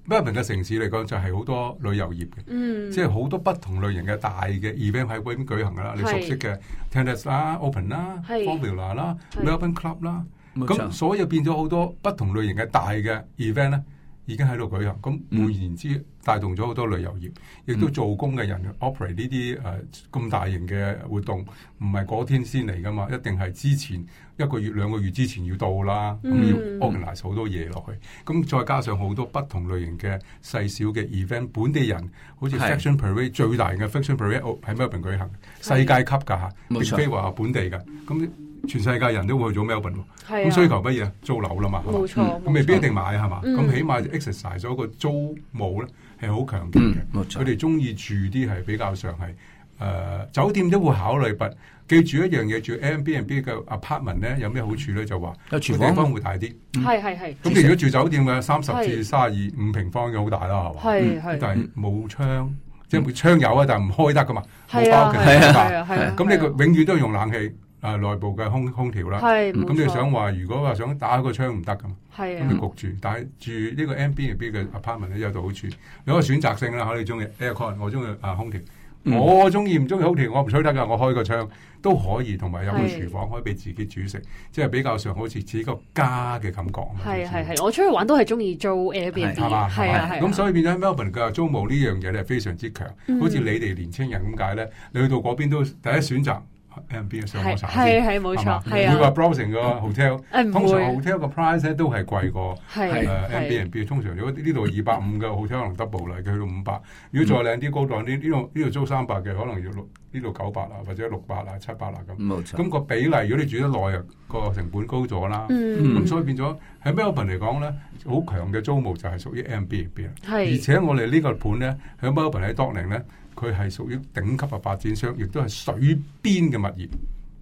S2: Melbourne 嘅城市嚟講就係好多旅遊業嘅，
S1: 嗯，
S2: 即係好多不同類型嘅大嘅 event 喺嗰邊舉行噶啦。你熟悉嘅 tennis 啦、open 啦、
S1: 係
S2: formula 啦、
S1: 係
S2: Melbourne club 啦，
S3: 冇
S2: 咁
S3: 錯，
S2: 所以變咗好多不同類型嘅大嘅 event 咧，已經喺度舉行。咁
S3: 嗯
S2: 換言之，帶動咗好多旅遊業，亦都做工嘅人 operate 呢啲誒咁大型嘅活動，唔係嗰天先嚟噶嘛，一定係之前一個月兩個月之前要到啦，咁
S1: 嗯
S2: 要 organize 好多嘢落去。咁再加上好多不同類型嘅細小嘅 event，本地人好似
S3: 係
S2: fashion parade 最大型嘅 fashion parade 哦喺 Melbourne 舉行，世界級㗎嚇，
S3: 冇
S2: 並
S3: 錯
S2: 非話本地㗎。咁全世界人都會去咗 Melbourne 喎。
S1: 係啊，
S2: 咁需求乜嘢？租樓啦嘛，係
S1: 冇
S2: 嘛？
S1: 錯，
S2: 咁未必一定買啊係嘛？
S1: 嗯
S2: 咁起碼 exercise 咗個租務咧係好強勁
S3: 嗯
S2: 嘅。，
S3: 冇
S2: 佢
S3: 錯，
S2: 哋中意住啲係比較上係誒酒店都會考慮，但記住一樣嘢，住 Airbnb 嘅 apartment 咧有咩好處咧？就話
S3: 有廚
S2: 個地
S3: 房
S2: 方會大啲。
S1: 係係係
S2: 嗯咁你如果住酒店嘅三十
S1: 係
S2: 至三十二五平方嘅好大啦，係嘛？
S3: 嗯
S1: 係係
S2: 但係冇窗，即係窗有啊，但係唔開得噶嘛，冇
S1: 係
S2: 包
S1: 啊
S2: 嘅。
S1: 係啊
S3: 係啊
S1: 係啊係啊，
S2: 咁你個永遠都係用冷氣誒內部嘅空空調啦。
S1: 係冇
S2: 嗯咁你
S1: 錯
S2: 想話，如果話想打開個窗唔得噶嘛，
S1: 係
S2: 咁你
S1: 啊
S2: 焗住。但係住呢個 M B B 嘅 apartment 咧有度好處，有個選擇性啦。可你中意 aircon，我中意啊空調，
S3: 嗯
S2: 我中意唔中意空調，我唔吹得噶，我開個窗都可以，同埋有個
S1: 係
S2: 廚房可以俾自己煮食，即係比較上好似自己個家嘅感覺啊嘛。
S1: 係係
S2: 好似
S1: 係，我出去玩都係中意租 Airbnb
S2: 係
S3: 係
S1: 嘅
S2: 嘛？
S1: 係啊係啊，
S2: 咁所以變咗 Melbourne 嘅租務呢樣嘢咧非常之強，
S1: 嗯
S2: 好似你哋年青人咁解咧，你去到嗰邊都第一選擇 M B 上網
S1: 係
S2: 查
S1: 係
S2: 先，
S1: 係冇
S2: 係嘛
S1: 錯，
S2: 唔
S1: 係
S2: 會話
S1: 啊，
S2: browsing 個 hotel。
S1: 誒唔
S2: 通常
S1: 會
S2: hotel 個 price 咧都係貴過誒
S1: 係係
S2: 呃 Airbnb，通常如果呢度二百五嘅 hotel 可能 double 啦，佢去到五百。如果再靚啲高檔啲，呢度呢度租三百嘅，可能要六呢度九百啊，或者六百啊、七百啊咁。
S3: 冇錯，
S2: 咁個比例，如果你住得耐，啊個成本高咗啦。
S1: 嗯
S2: 咁所以變咗喺 Melbourne 嚟講咧，好強嘅租務就係屬於 Airbnb 啦。而
S1: 係
S2: 且我哋呢個盤咧，喺 Melbourne 喺 Dorling 咧，佢係屬於頂級嘅發展商，亦都係水邊嘅物業。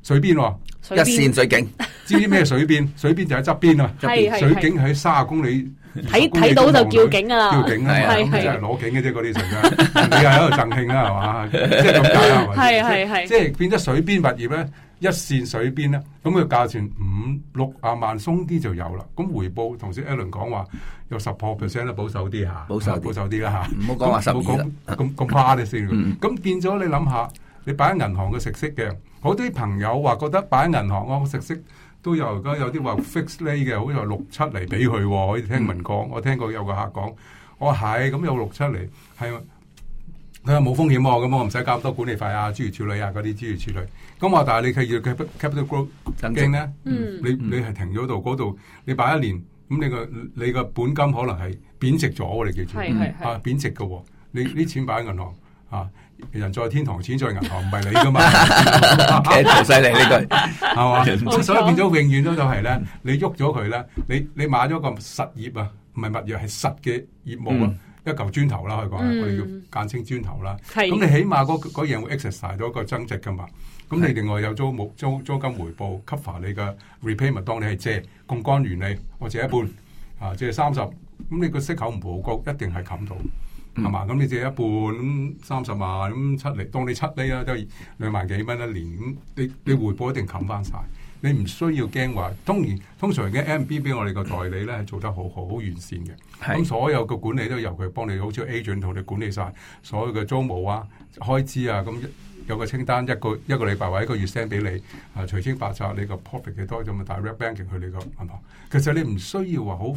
S2: 水邊喎，
S1: 水
S3: 一線
S1: 邊
S3: 水景，
S2: 知唔知咩水邊？ 水邊就喺側邊啊嘛。
S1: 係係
S2: 水
S1: 係
S2: 景喺卅公里，
S1: 睇
S2: 20公里
S1: 睇到
S2: 都望
S1: 就叫景啊
S2: 叫景啊
S3: 係
S2: 嘛，
S1: 啊
S2: 咁
S1: 係
S2: 真係攞景嘅啫，嗰啲成啊，你係喺度贈慶啦，係嘛，即係咁解啦，係咪
S1: 係
S2: 先？
S1: 係係
S2: 即係變咗水邊物業咧，一線水邊咧，咁佢價錢五六啊萬鬆啲就有啦。咁回報，頭先 Alan 講話有十 percent 啦，保守啲嚇，
S3: 保守啲
S2: 保守啲啦嚇。
S3: 唔好講話十二
S2: 咁
S3: 啦，
S2: 咁咁誇你先
S3: 嗯。
S2: 咁變咗你諗下，你擺喺銀行嘅食息嘅，好多啲朋友話覺得擺喺銀行我食息都有，而家有啲話 fixed rate 嘅，好似話六七厘俾佢喎。我聽聞講，我聽過有個客講，我話係咁有六七厘，係佢話冇風險喎，咁我唔使交咁多管理費啊，諸如此類啊，嗰啲諸如此類。咁我話但係你 係要 cap- capital growth
S3: 增值
S2: 驚咧，
S1: 嗯
S2: 你你係停咗度嗰度，你擺一年，咁你個你個本金可能係貶值咗喎，你記住。
S1: 係係係
S2: 啊貶值嘅喎、你呢錢擺喺銀行啊，人在天堂，錢在銀行，唔係你噶嘛， 係
S3: 嘅好犀利呢句，
S2: 嘛？
S1: 冇錯
S2: 咁所以變咗永遠都就係咧，你喐咗佢咧，你你買咗個實業啊，唔係物業係實嘅業務啊，一嚿磚頭啦，可以講係，我哋
S1: 嗯
S2: 叫簡稱磚頭啦。
S1: 係
S2: 咁你起碼嗰嗰樣會 exercise 到一個增值噶嘛。咁你另外有租冇租租金回報 cover 你嘅 repayment，當你係借槓桿原理，我借一半啊，借三十，咁你個息口唔會好高，一定係冚到。係嘛？咁你借一半咁三十萬咁七厘，當你七厘啊啦，都係兩萬幾蚊一年咁，你你回報一定冚翻晒。你唔需要驚話。當然，通常嘅 M B 俾我哋個代理咧係做得好好好完善嘅。咁
S3: 係
S2: 所有嘅管理都由佢幫你，好似 agent 同你管理晒所有嘅租務啊、開支啊，咁一有個清單一個一個禮拜或者一個月 send 俾你，啊，除清白拆你個 profit 幾多咁啊，direct banking 去你個銀行。其實你唔需要話好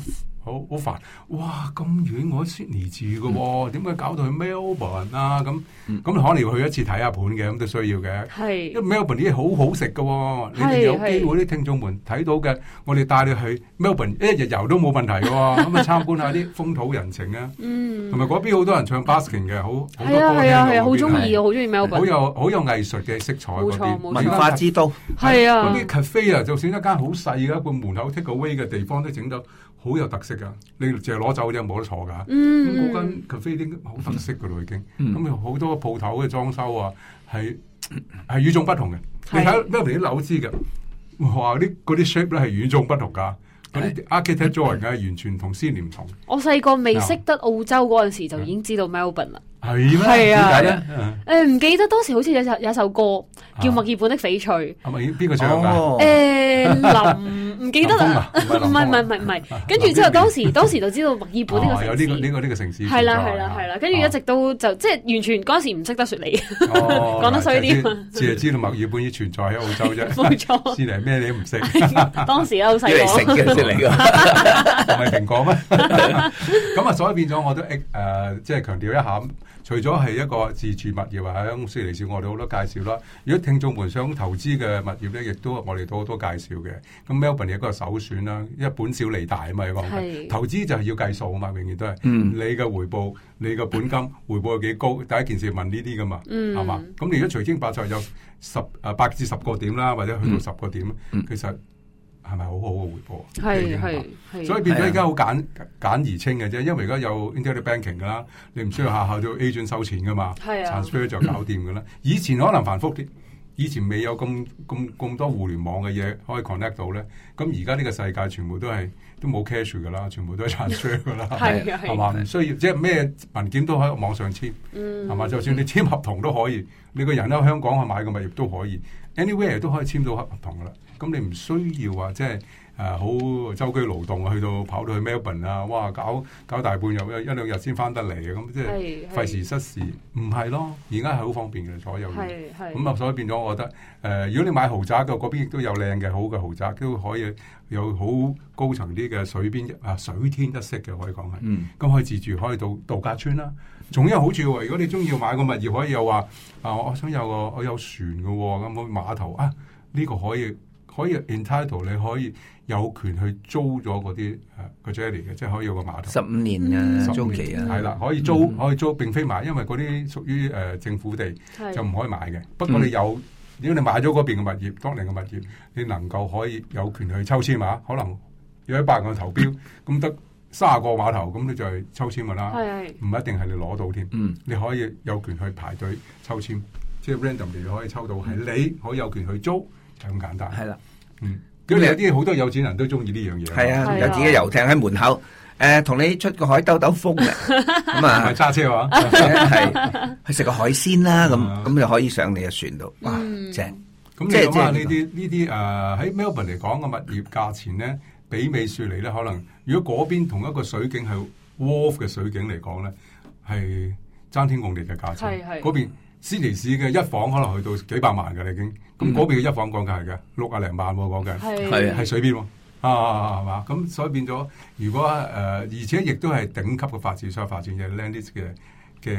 S2: 好好煩，哇咁遠我喺 Sydney 住嘅
S1: 嗯
S2: 喎，點解搞到去 Melbourne 啊？咁咁可能要去一次睇下盤嘅，咁都需要嘅。因為
S1: 係
S2: Melbourne 啲嘢好好食嘅喎，你
S1: 係
S2: 哋有機會啲聽眾們睇到嘅，我哋帶你去 Melbourne 一日遊都冇問 題嘅喎，咁啊參觀下啲風土人情啊，
S1: 嗯
S2: 同埋嗰邊好多人唱 busking 嘅，好好多
S1: 係啊
S2: 歌
S1: 係啊係啊，
S2: 聽到
S1: 好
S2: 嗰邊
S1: 中意
S2: 係
S1: 啊，好中意
S2: 好
S1: Melbourne，
S2: 有好有藝術嘅色彩
S1: 冇
S2: 嗰
S1: 錯
S2: 啲
S1: 冇錯
S3: 文化之都，
S1: 係
S2: 嗰
S1: 啊，
S2: 啲 cafe 啊，就算一間好細嘅一個門口 take away 嘅地方都整到好有特色㗎，你淨係攞走啫，冇得坐㗎。咁嗰
S1: 嗯，嗯
S2: 間 cafe 已經好特色噶咯，已經
S3: 嗯
S2: 咁有好多鋪頭嘅裝修啊，係 係與眾不同嘅。
S1: 係
S2: 你睇 Melbourne 啲樓知嘅，哇！啲嗰啲 shape 咧係與眾不同㗎，嗰啲 architecture 嘅完全同 Sydney 唔同，
S1: 我細個未識得澳洲嗰陣時就已經知道 Melbourne 啦。
S2: 係咩？
S1: 係
S2: 點
S1: 啊
S2: 解咧？嗯
S1: 誒唔記得當時好似有
S2: 啊
S1: 首有一首歌叫《墨爾本的翡翠》，
S2: 哦係咪邊個唱㗎？
S1: 誒林唔記得啦，唔
S2: 南豐
S1: 係
S2: 啊
S1: 唔係
S2: 唔係南豐啊
S1: 唔係唔係，跟住之後當時當時就知道墨爾本呢
S2: 哦有
S1: 個城
S2: 呢個
S1: 市
S2: 呢。個呢個城市
S1: 係啦
S2: 存在
S1: 係啦
S2: 啊
S1: 係啦，跟住一直都就即係完全嗰陣時唔識得雪梨，
S2: 哦
S1: 講得衰啲
S2: 嗱就知就係知道墨爾本已存在喺澳洲啫，
S1: 冇錯。
S2: 知嚟咩你都唔識，
S1: 當時咧好細
S3: 要嚟食
S1: 個，
S3: 嘅先嚟 㗎。
S2: 唔係蘋果咩？ 咁啊，所以變咗我都誒、呃即係強調一下，除咗係一個自住物業或者公司嚟少，我哋好多介紹啦。如果聽眾們想投資嘅物業咧，亦都我哋都好多介紹嘅。咁 Melbourne 係一個首選啦，因為本小利大啊嘛，講
S1: 係
S2: 投資就係要計數啊嘛，永遠都係、
S3: 嗯
S2: 你嘅回報、你嘅本金回報有幾高，第一件事問呢啲噶嘛，
S1: 嗯
S2: 係嘛、咁你如果隨經百就有十誒八至十個點啦，或者去到十個點，其實係咪好好嘅回報啊？你已
S1: 係
S2: 經
S1: 係係。
S2: 所以變咗
S3: 係啊
S2: 而家好簡簡而清嘅啫，因為而家有 internet banking 噶啦，你唔需要下下都 agent 收錢噶嘛
S1: 係啊
S2: ，transfer 就搞掂噶啦。以前可能繁複啲，以前未有咁咁咁多互聯網嘅嘢可以 connect 到咧。咁而家呢個世界全部都係都冇 cash 噶啦，全部都係 transfer 噶啦，
S1: 係啊係
S2: 係嘛？唔需要即係咩文件都喺網上簽，
S1: 嗯
S2: 係嘛？就算你簽合同都可以，你個人喺香港去買個物業都可以，anywhere 都可以簽到合同噶啦。咁你唔需要話即係。誒好周居勞動啊，去到跑到去 Melbourne 啊，哇搞搞大半日一一兩日先翻得嚟嘅，咁即
S1: 係
S2: 係
S1: 係
S2: 費時失事，唔係咯，而家係好方便嘅所有嘢。
S1: 係係
S2: 咁啊，所以變咗，我覺得誒、呃如果你買豪宅嘅，嗰邊亦都有靚嘅好嘅豪宅，都可以有好高層啲嘅水邊啊水天一色嘅，可以講係。
S3: 嗯，
S2: 咁可以自住，可以到度假村啦。仲有好處喎，如果你中意買個物業，可以又話啊，我想有個我有船嘅喎，咁去碼頭啊，呢、個可以可以 entitle 你可以有權去租咗嗰啲誒呃個 jelly 嘅，即係可以有個碼頭。
S3: 十五年
S1: 嗯
S3: 啊，租期啊，
S2: 係啦，可以租，可以租，並非買，因為嗰啲屬於誒、呃政府地，
S1: 係
S2: 就唔可以買嘅。不過你有，如果你買咗嗰邊嘅物業，當年嘅物業，你能夠可以有權去抽籤啊碼，可能有一百個投標，咁得卅個碼頭，咁你就係抽籤㗎啦。
S1: 係係
S2: 唔一定係你攞到添，
S3: 嗯
S2: 你可以有權去排隊抽籤，即係 random 你可以抽到，係你可以有權去租，就咁簡單。
S3: 係啦，
S2: 嗯，咁你有啲好多有錢人都中意呢樣嘢，
S3: 係
S1: 係啊
S3: 啊，有自己遊艇喺門口，誒，同你出個海兜兜風 嘅，咁
S2: 唔係
S3: 啊。
S2: 揸車話。
S3: 係去食個海鮮啦，咁
S2: 嗯
S3: 咁就可以上你嘅船度，哇，
S1: 嗯
S3: 正！
S2: 咁你
S3: 即係
S2: 諗下
S3: 即
S2: 呢
S3: 係
S2: 啲呢啲誒呃喺 Melbourne 嚟講嘅物業價錢咧，比美雪梨咧可能，如果嗰邊同一個水景係 Wharf 嘅水景嚟講咧，係爭天共地嘅價錢
S1: 係。係
S2: 嗰邊悉尼市嘅一房可能去到幾百萬嘅啦已經，咁嗰邊嘅一房講價係嘅六啊零萬喎講價。
S1: 係
S3: 係啊
S2: 係水邊喎，啊係嘛？咁所以變咗，如果誒、呃而且亦都係頂級嘅發展商發展嘅 Landis 嘅嘅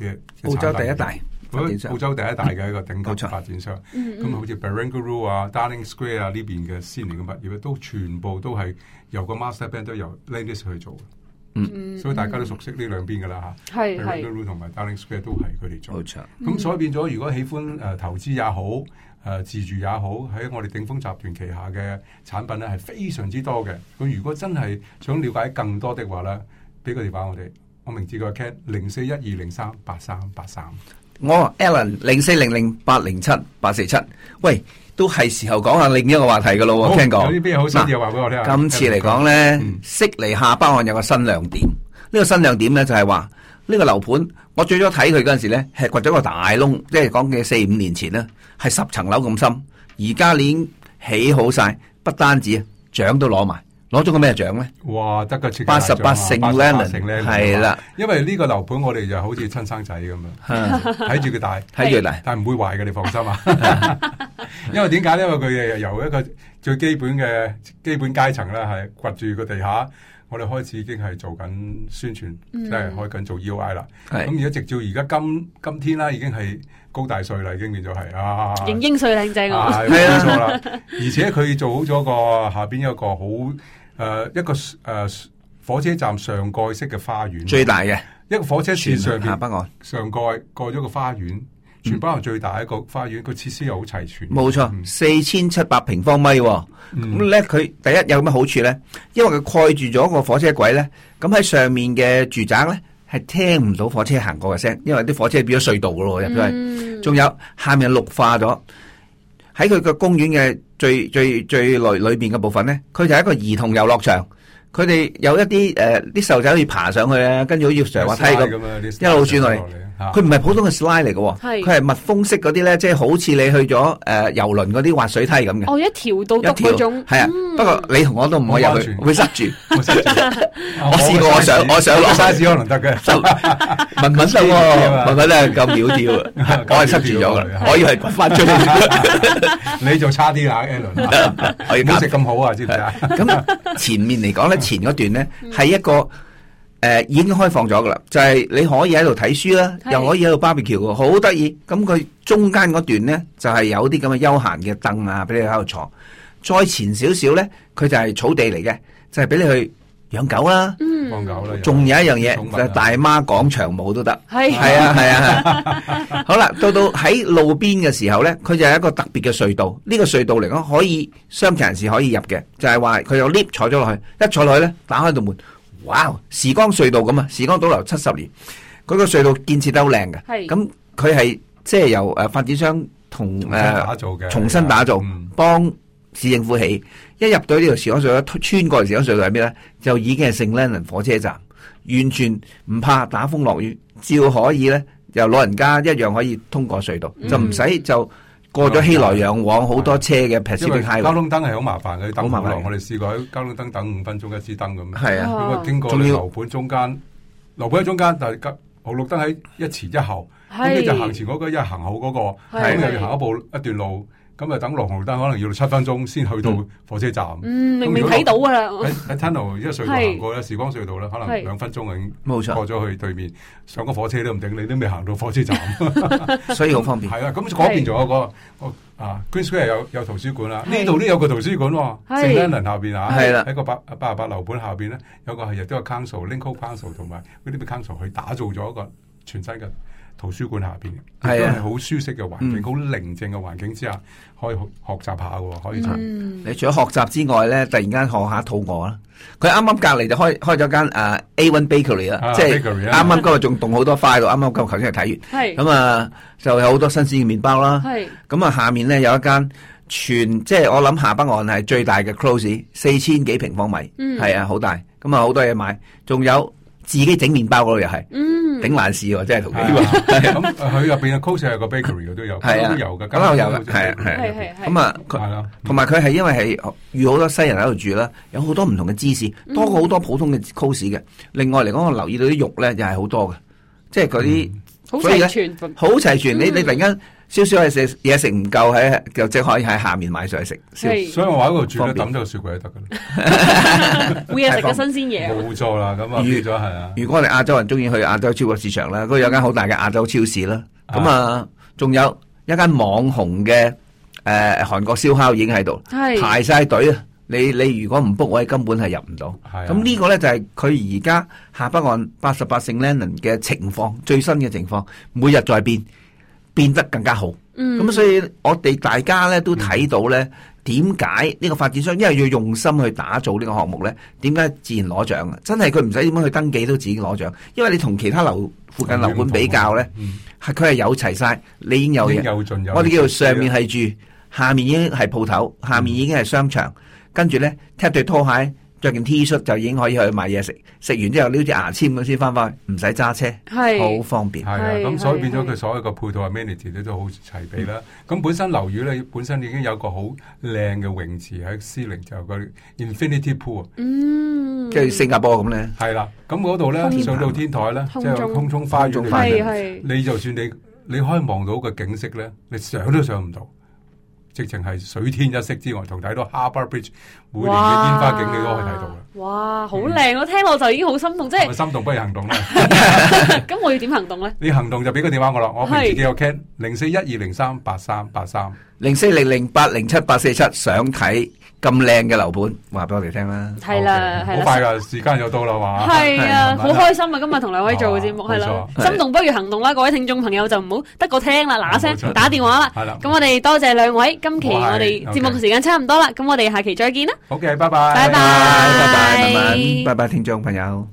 S2: 嘅嘅
S3: 澳洲
S2: 產品
S3: 第一大發展商
S2: 澳洲第一大嘅一個頂
S3: 冇
S2: 級
S3: 錯
S2: 發展商。
S1: 嗯
S2: 咁好似 Barangaroo 啊、Darling Square 啊呢邊嘅先年嘅物業都全部都係由個 master plan 都由 Landis 去做嘅，
S1: 嗯
S2: 所以大家都熟悉呢兩邊㗎啦嚇。
S1: 係係
S2: Barangaroo 同埋 Darling Square 都係佢哋做
S3: 冇。錯，
S2: 咁所以變咗，如果喜歡誒、呃投資也好，誒、自住也好，喺我哋鼎豐集團旗下嘅產品咧係非常之多嘅。咁如果真係想了解更多的話咧，俾個電話我哋，我名字個 Cat 零四一二零三八三八三。
S3: 我 Alan 零四零零八零七八四七，喂，都係時候講下另一個話題噶咯
S2: 好
S3: 喎，聽講
S2: 有啲咩好新嘢話俾我聽啊？
S3: 今次嚟講呢，
S2: 嗯
S3: 悉尼下北岸有個新亮點。呢、個新亮點呢，就係話呢個樓盤，我最早睇佢嗰陣時咧，係掘咗個大窿，即係講嘅四五年前呢，係十層樓咁深。而家已經起好晒，不單止啊獎都攞埋，攞咗個咩 獎呢？
S2: 哇，得個設計
S3: 八十八聖
S2: 啊八
S3: Lemon
S2: 聖 Lemon
S3: 係啦，
S2: 因為呢個樓盤我哋就好似親生仔咁 樣，睇住佢大。
S3: 睇住嚟，
S2: 但唔會壞嘅，你放心啊！ 因為點解咧？因為佢由一個最基本嘅基本階層啦，係掘住個地下，我哋開始已經係做緊宣傳，即係開緊做 UI 啦。
S3: 係
S2: 咁而家直至而家今今天啦，已經係高大帥啦，已經變咗係啊！
S1: 影英帥靚仔我，
S2: 係
S3: 係
S2: 冇
S3: 啊
S2: 錯啦，而且佢做好咗個下邊有一個好誒、呃一個誒、呃火車站上蓋式嘅花園，
S3: 最大嘅啊
S2: 一個火車線
S3: 全
S2: 上邊
S3: 下。北嗯岸，
S2: 上蓋蓋咗個花園，全包含最大一個花園，個設施又好齊全。
S3: 冇錯，
S2: 嗯
S3: 四千七百平方米喎。咁咧，佢第一有咩好處咧？因為佢蓋住咗個火車軌咧，咁喺上面嘅住宅咧係聽唔到火車行過嘅聲，因為啲火車變咗隧道噶咯喎，入咗去。
S1: 嗯
S3: 仲有下面綠化咗，喺佢個公園嘅最最最內裏邊嘅部分咧，佢就係一個兒童遊樂場。佢哋有一啲誒啲細路仔可以爬上去咧，跟住好似上滑梯咁，
S2: 咁啊，
S3: 一路轉落嚟
S2: 嚟。嚇
S3: 佢唔係普通嘅 slide 嚟嘅喎，
S1: 係
S3: 佢係密封式嗰啲咧，即係好似你去咗誒遊輪嗰啲滑水梯咁嘅。
S1: 哦，一條到
S3: 一
S1: 篤
S3: 條
S1: 嗰種，
S3: 係啊，不過你同我都唔可以入去，
S2: 好安全
S3: 會塞住。
S2: 我試
S3: 我試過我上我上落
S2: size 可能得嘅，
S3: 就文文得
S2: 啊
S3: 喎，文文咧夠苗條啊，我係塞住咗㗎啦，我要係掘翻出 嚟，
S2: 你就差啲啦，Alan，啊
S3: 我要
S2: 唔好
S3: 加
S2: 食咁好啊，知唔知啊？
S3: 咁前面嚟講咧，前嗰段咧係一個诶、呃已經開放咗噶啦，就係你可以喺度睇書啦，
S1: 係
S3: 又可以喺度 barbecue 喎，好得意。咁佢中間嗰段咧就係有啲咁嘅休閒嘅凳啊，俾你喺度坐。再前少少咧，佢就係草地嚟嘅，就係俾你去養狗啦。
S1: 嗯，
S2: 放狗啦，
S3: 仲有一樣
S2: 寵物
S3: 嘢
S2: 啊
S3: 就係大媽廣場舞都得。
S1: 係
S3: 係啊係啊，係啊好啦，到到喺路邊嘅時候咧，佢就有一個特別嘅隧道。呢、個隧道嚟講，可以傷殘人士可以入嘅，就係話佢有 lift 坐咗落去，一坐落去咧，打開道門，哇！時光隧道咁啊，時光倒流七十年，嗰、個隧道建設得好靚嘅。
S1: 係
S3: 咁佢係即係由誒發展商同
S2: 重新打
S3: 呃誒
S2: 造嘅，
S3: 重新打造
S2: 嗯
S3: 幫市政府起。一入到呢條時光隧道，穿過條時光隧道係咩咧？就已經係聖 l e n o n 火車站。完全唔怕打風落雨，照可以咧，由老人家一樣可以通過隧道，
S1: 嗯
S3: 就唔使就過咗熙來攘往好多車嘅 p a c
S2: 因
S3: i f
S2: 為
S3: i
S2: 交通燈係好麻煩嘅，等好
S3: 好麻
S2: 耐。
S3: 煩
S2: 我哋試過喺交通燈等五分鐘一支燈咁。
S3: 係啊，
S1: 哦
S2: 咁啊，經過
S3: 仲要
S2: 樓盤中間，樓盤喺中間，但係急紅綠燈喺一前一後，咁你就行前嗰個，一行後嗰個，
S1: 係
S2: 咁又要行一步一段路，咁啊等落紅綠燈可能要七分鐘先去到
S3: 嗯
S2: 火車站。
S1: 嗯，明明睇到噶啦，
S2: 喺喺 tunnel 一個隧道行過咧，時光隧道咧，可能
S1: 係
S2: 兩分鐘已
S3: 冇
S2: 經
S3: 錯，
S2: 過咗去對面，上個火車都唔定，你都未行到火車站。
S3: 所以好方便。
S2: 係啦，啊咁嗰邊仲有個個啊 Green Square 有有圖書館啦，
S1: 係
S2: 呢度都有個圖書館喎
S1: 係
S2: s a n 下邊啊，
S3: 係啦
S2: 喺個八八十八樓盤下邊咧，有個係亦都有 council、Lincoln Council 同埋嗰啲 council 去打造咗一個全新嘅圖書館下邊嘅，亦
S3: 係
S2: 都
S3: 啊
S2: 係好舒適嘅環境，
S3: 嗯
S2: 好寧靜嘅環境之下，可以學學習下嘅喎，可以從
S1: 嗯，
S3: 你除咗學習之外咧，突然間學下肚餓啦。佢啱啱隔離就開開咗間誒 A1 Bakery 啦
S2: 啊，
S3: 即係
S2: bakery
S3: 啱
S2: 啊嗯
S3: 啱今日仲凍好多花喺度，啱啱今日頭先係睇
S1: 係
S3: 完，咁啊就有好多新鮮嘅麵包啦。
S1: 係
S3: 咁啊，下面咧有一間全即係我諗下北岸係最大嘅 close，四千幾平方米，係、
S1: 嗯
S3: 啊，好大。咁啊，好多嘢買，仲有自己整麵包嗰度又係
S1: 嗯，
S3: 頂難事喎，真係同
S2: 係
S3: 你話。
S2: 啊咁佢入邊嘅 cos 係個 bakery 嘅都有，
S3: 係啊
S2: 都有嘅，
S3: 咁啊有嘅係啊
S1: 係
S2: 係
S1: 係係
S3: 咁啊，佢
S2: 係啦，
S3: 同埋佢係因為哦係遇好多西人喺度住啦，有好多唔同嘅芝士，
S1: 嗯
S3: 多過好多普通嘅 cos 嘅。另外嚟講，我留意到啲肉咧又係好多嘅，即係嗰啲
S2: 嗯
S1: 好
S3: 所以咧
S1: 齊全，
S3: 好齊全。你
S1: 嗯
S3: 你突然間少少係食嘢食唔夠喺，就即係可以喺下面買上去食。少
S1: 係
S2: 所以我喺嗰度住
S3: 方
S2: 咧，
S3: 便
S2: 抌咗個雪櫃就得㗎啦。
S1: 每日食嘅新鮮嘢，
S2: 冇錯啦，咁啊
S3: 如
S2: 變咗係啊，
S3: 如果我哋亞洲人中意去亞洲超級市場啦，嗰度有間好大嘅亞洲超市啦。
S2: 啊
S3: 咁啊，仲有一間網紅嘅誒韓國燒烤已經喺度，
S1: 係
S3: 排晒隊啊！你你如果唔 book 位，根本係入唔到。
S2: 係啊
S3: 咁呢個呢，就係佢而家下北岸八十八聖 Lennon 嘅情況，最新嘅情況，每日在變，變得更加好。
S1: 嗯，
S3: 咁所以我哋大家咧都睇到咧，點解呢個發展商因為要用心去打造呢個項目咧，點解自然攞獎啊？真係佢唔使點樣去登記都自己攞獎，因為你同其他樓附近樓盤比較咧，
S2: 嗯，
S3: 係佢係有齊晒，你已經有
S2: 應
S3: 嘢。
S2: 有盡有。
S3: 我哋叫做上面係啊嗯住，下面已經係鋪頭，下面已經係商場，跟住咧踢對拖鞋，着件 T 恤就已經可以去買嘢食，食完之後撩支牙籤咁先翻返去，唔使揸車，好
S1: 係嗯
S3: 方便
S2: 係。啊，
S1: 係
S2: 咁所以
S1: 係
S2: 變咗
S1: 係
S2: 佢所有個配套 amenity 咧都好齊備啦。咁本身樓宇咧本身已經有個好靚嘅泳池喺 C 零，就有個 infinity pool 啊
S1: Ừ. 嗯，
S3: 即係新加坡咁咧，
S2: 係啦。咁嗰度咧
S1: 空
S2: 上到天台咧，
S1: 空
S2: 即係
S1: 中
S2: 空中花園裏
S3: 空中花
S1: 係
S2: 面，
S1: 係
S2: 你就算你你可以望到個景色咧，你上都上唔到。直情係水天一色之外，同睇到 Harbour Bridge 每年嘅煙花景，你都可以睇到啦。
S1: 哇，好靚！我聽落就已經好心動，即
S2: 係
S1: 係
S2: 咪心動不如行動啦？
S1: 咁我要點行動咧？
S2: 你行動就俾個電話我啦，我平
S1: 係
S2: 自己有 can 零四一二零三八三八三，
S3: 零四零零八零七八四七想睇咁靚嘅樓盤，話俾我哋聽啦。
S1: 係啦，
S2: 好
S1: 係
S2: 好
S1: 啦，
S2: 快噶，時間又到啦嘛。
S1: 係啊，
S2: 係
S1: 好開心啊！今日同兩位做嘅節目
S2: 哦
S1: 係啦，
S3: 冇錯
S1: 心動不如行動啦，各位聽眾朋友就唔好得個聽啦，嗱
S2: 冇錯
S1: 聲打電話啦。
S2: 係啦，
S1: 咁啊我哋多謝兩位，今期
S2: 好啊
S1: 我哋
S2: 係
S1: 節目
S2: OK
S1: 嘅時間差唔多啦，咁我哋下期再見啦，
S2: OK，拜拜，
S1: 拜
S3: 拜拜，拜拜，
S1: 拜
S3: 慢慢拜拜，聽眾朋友。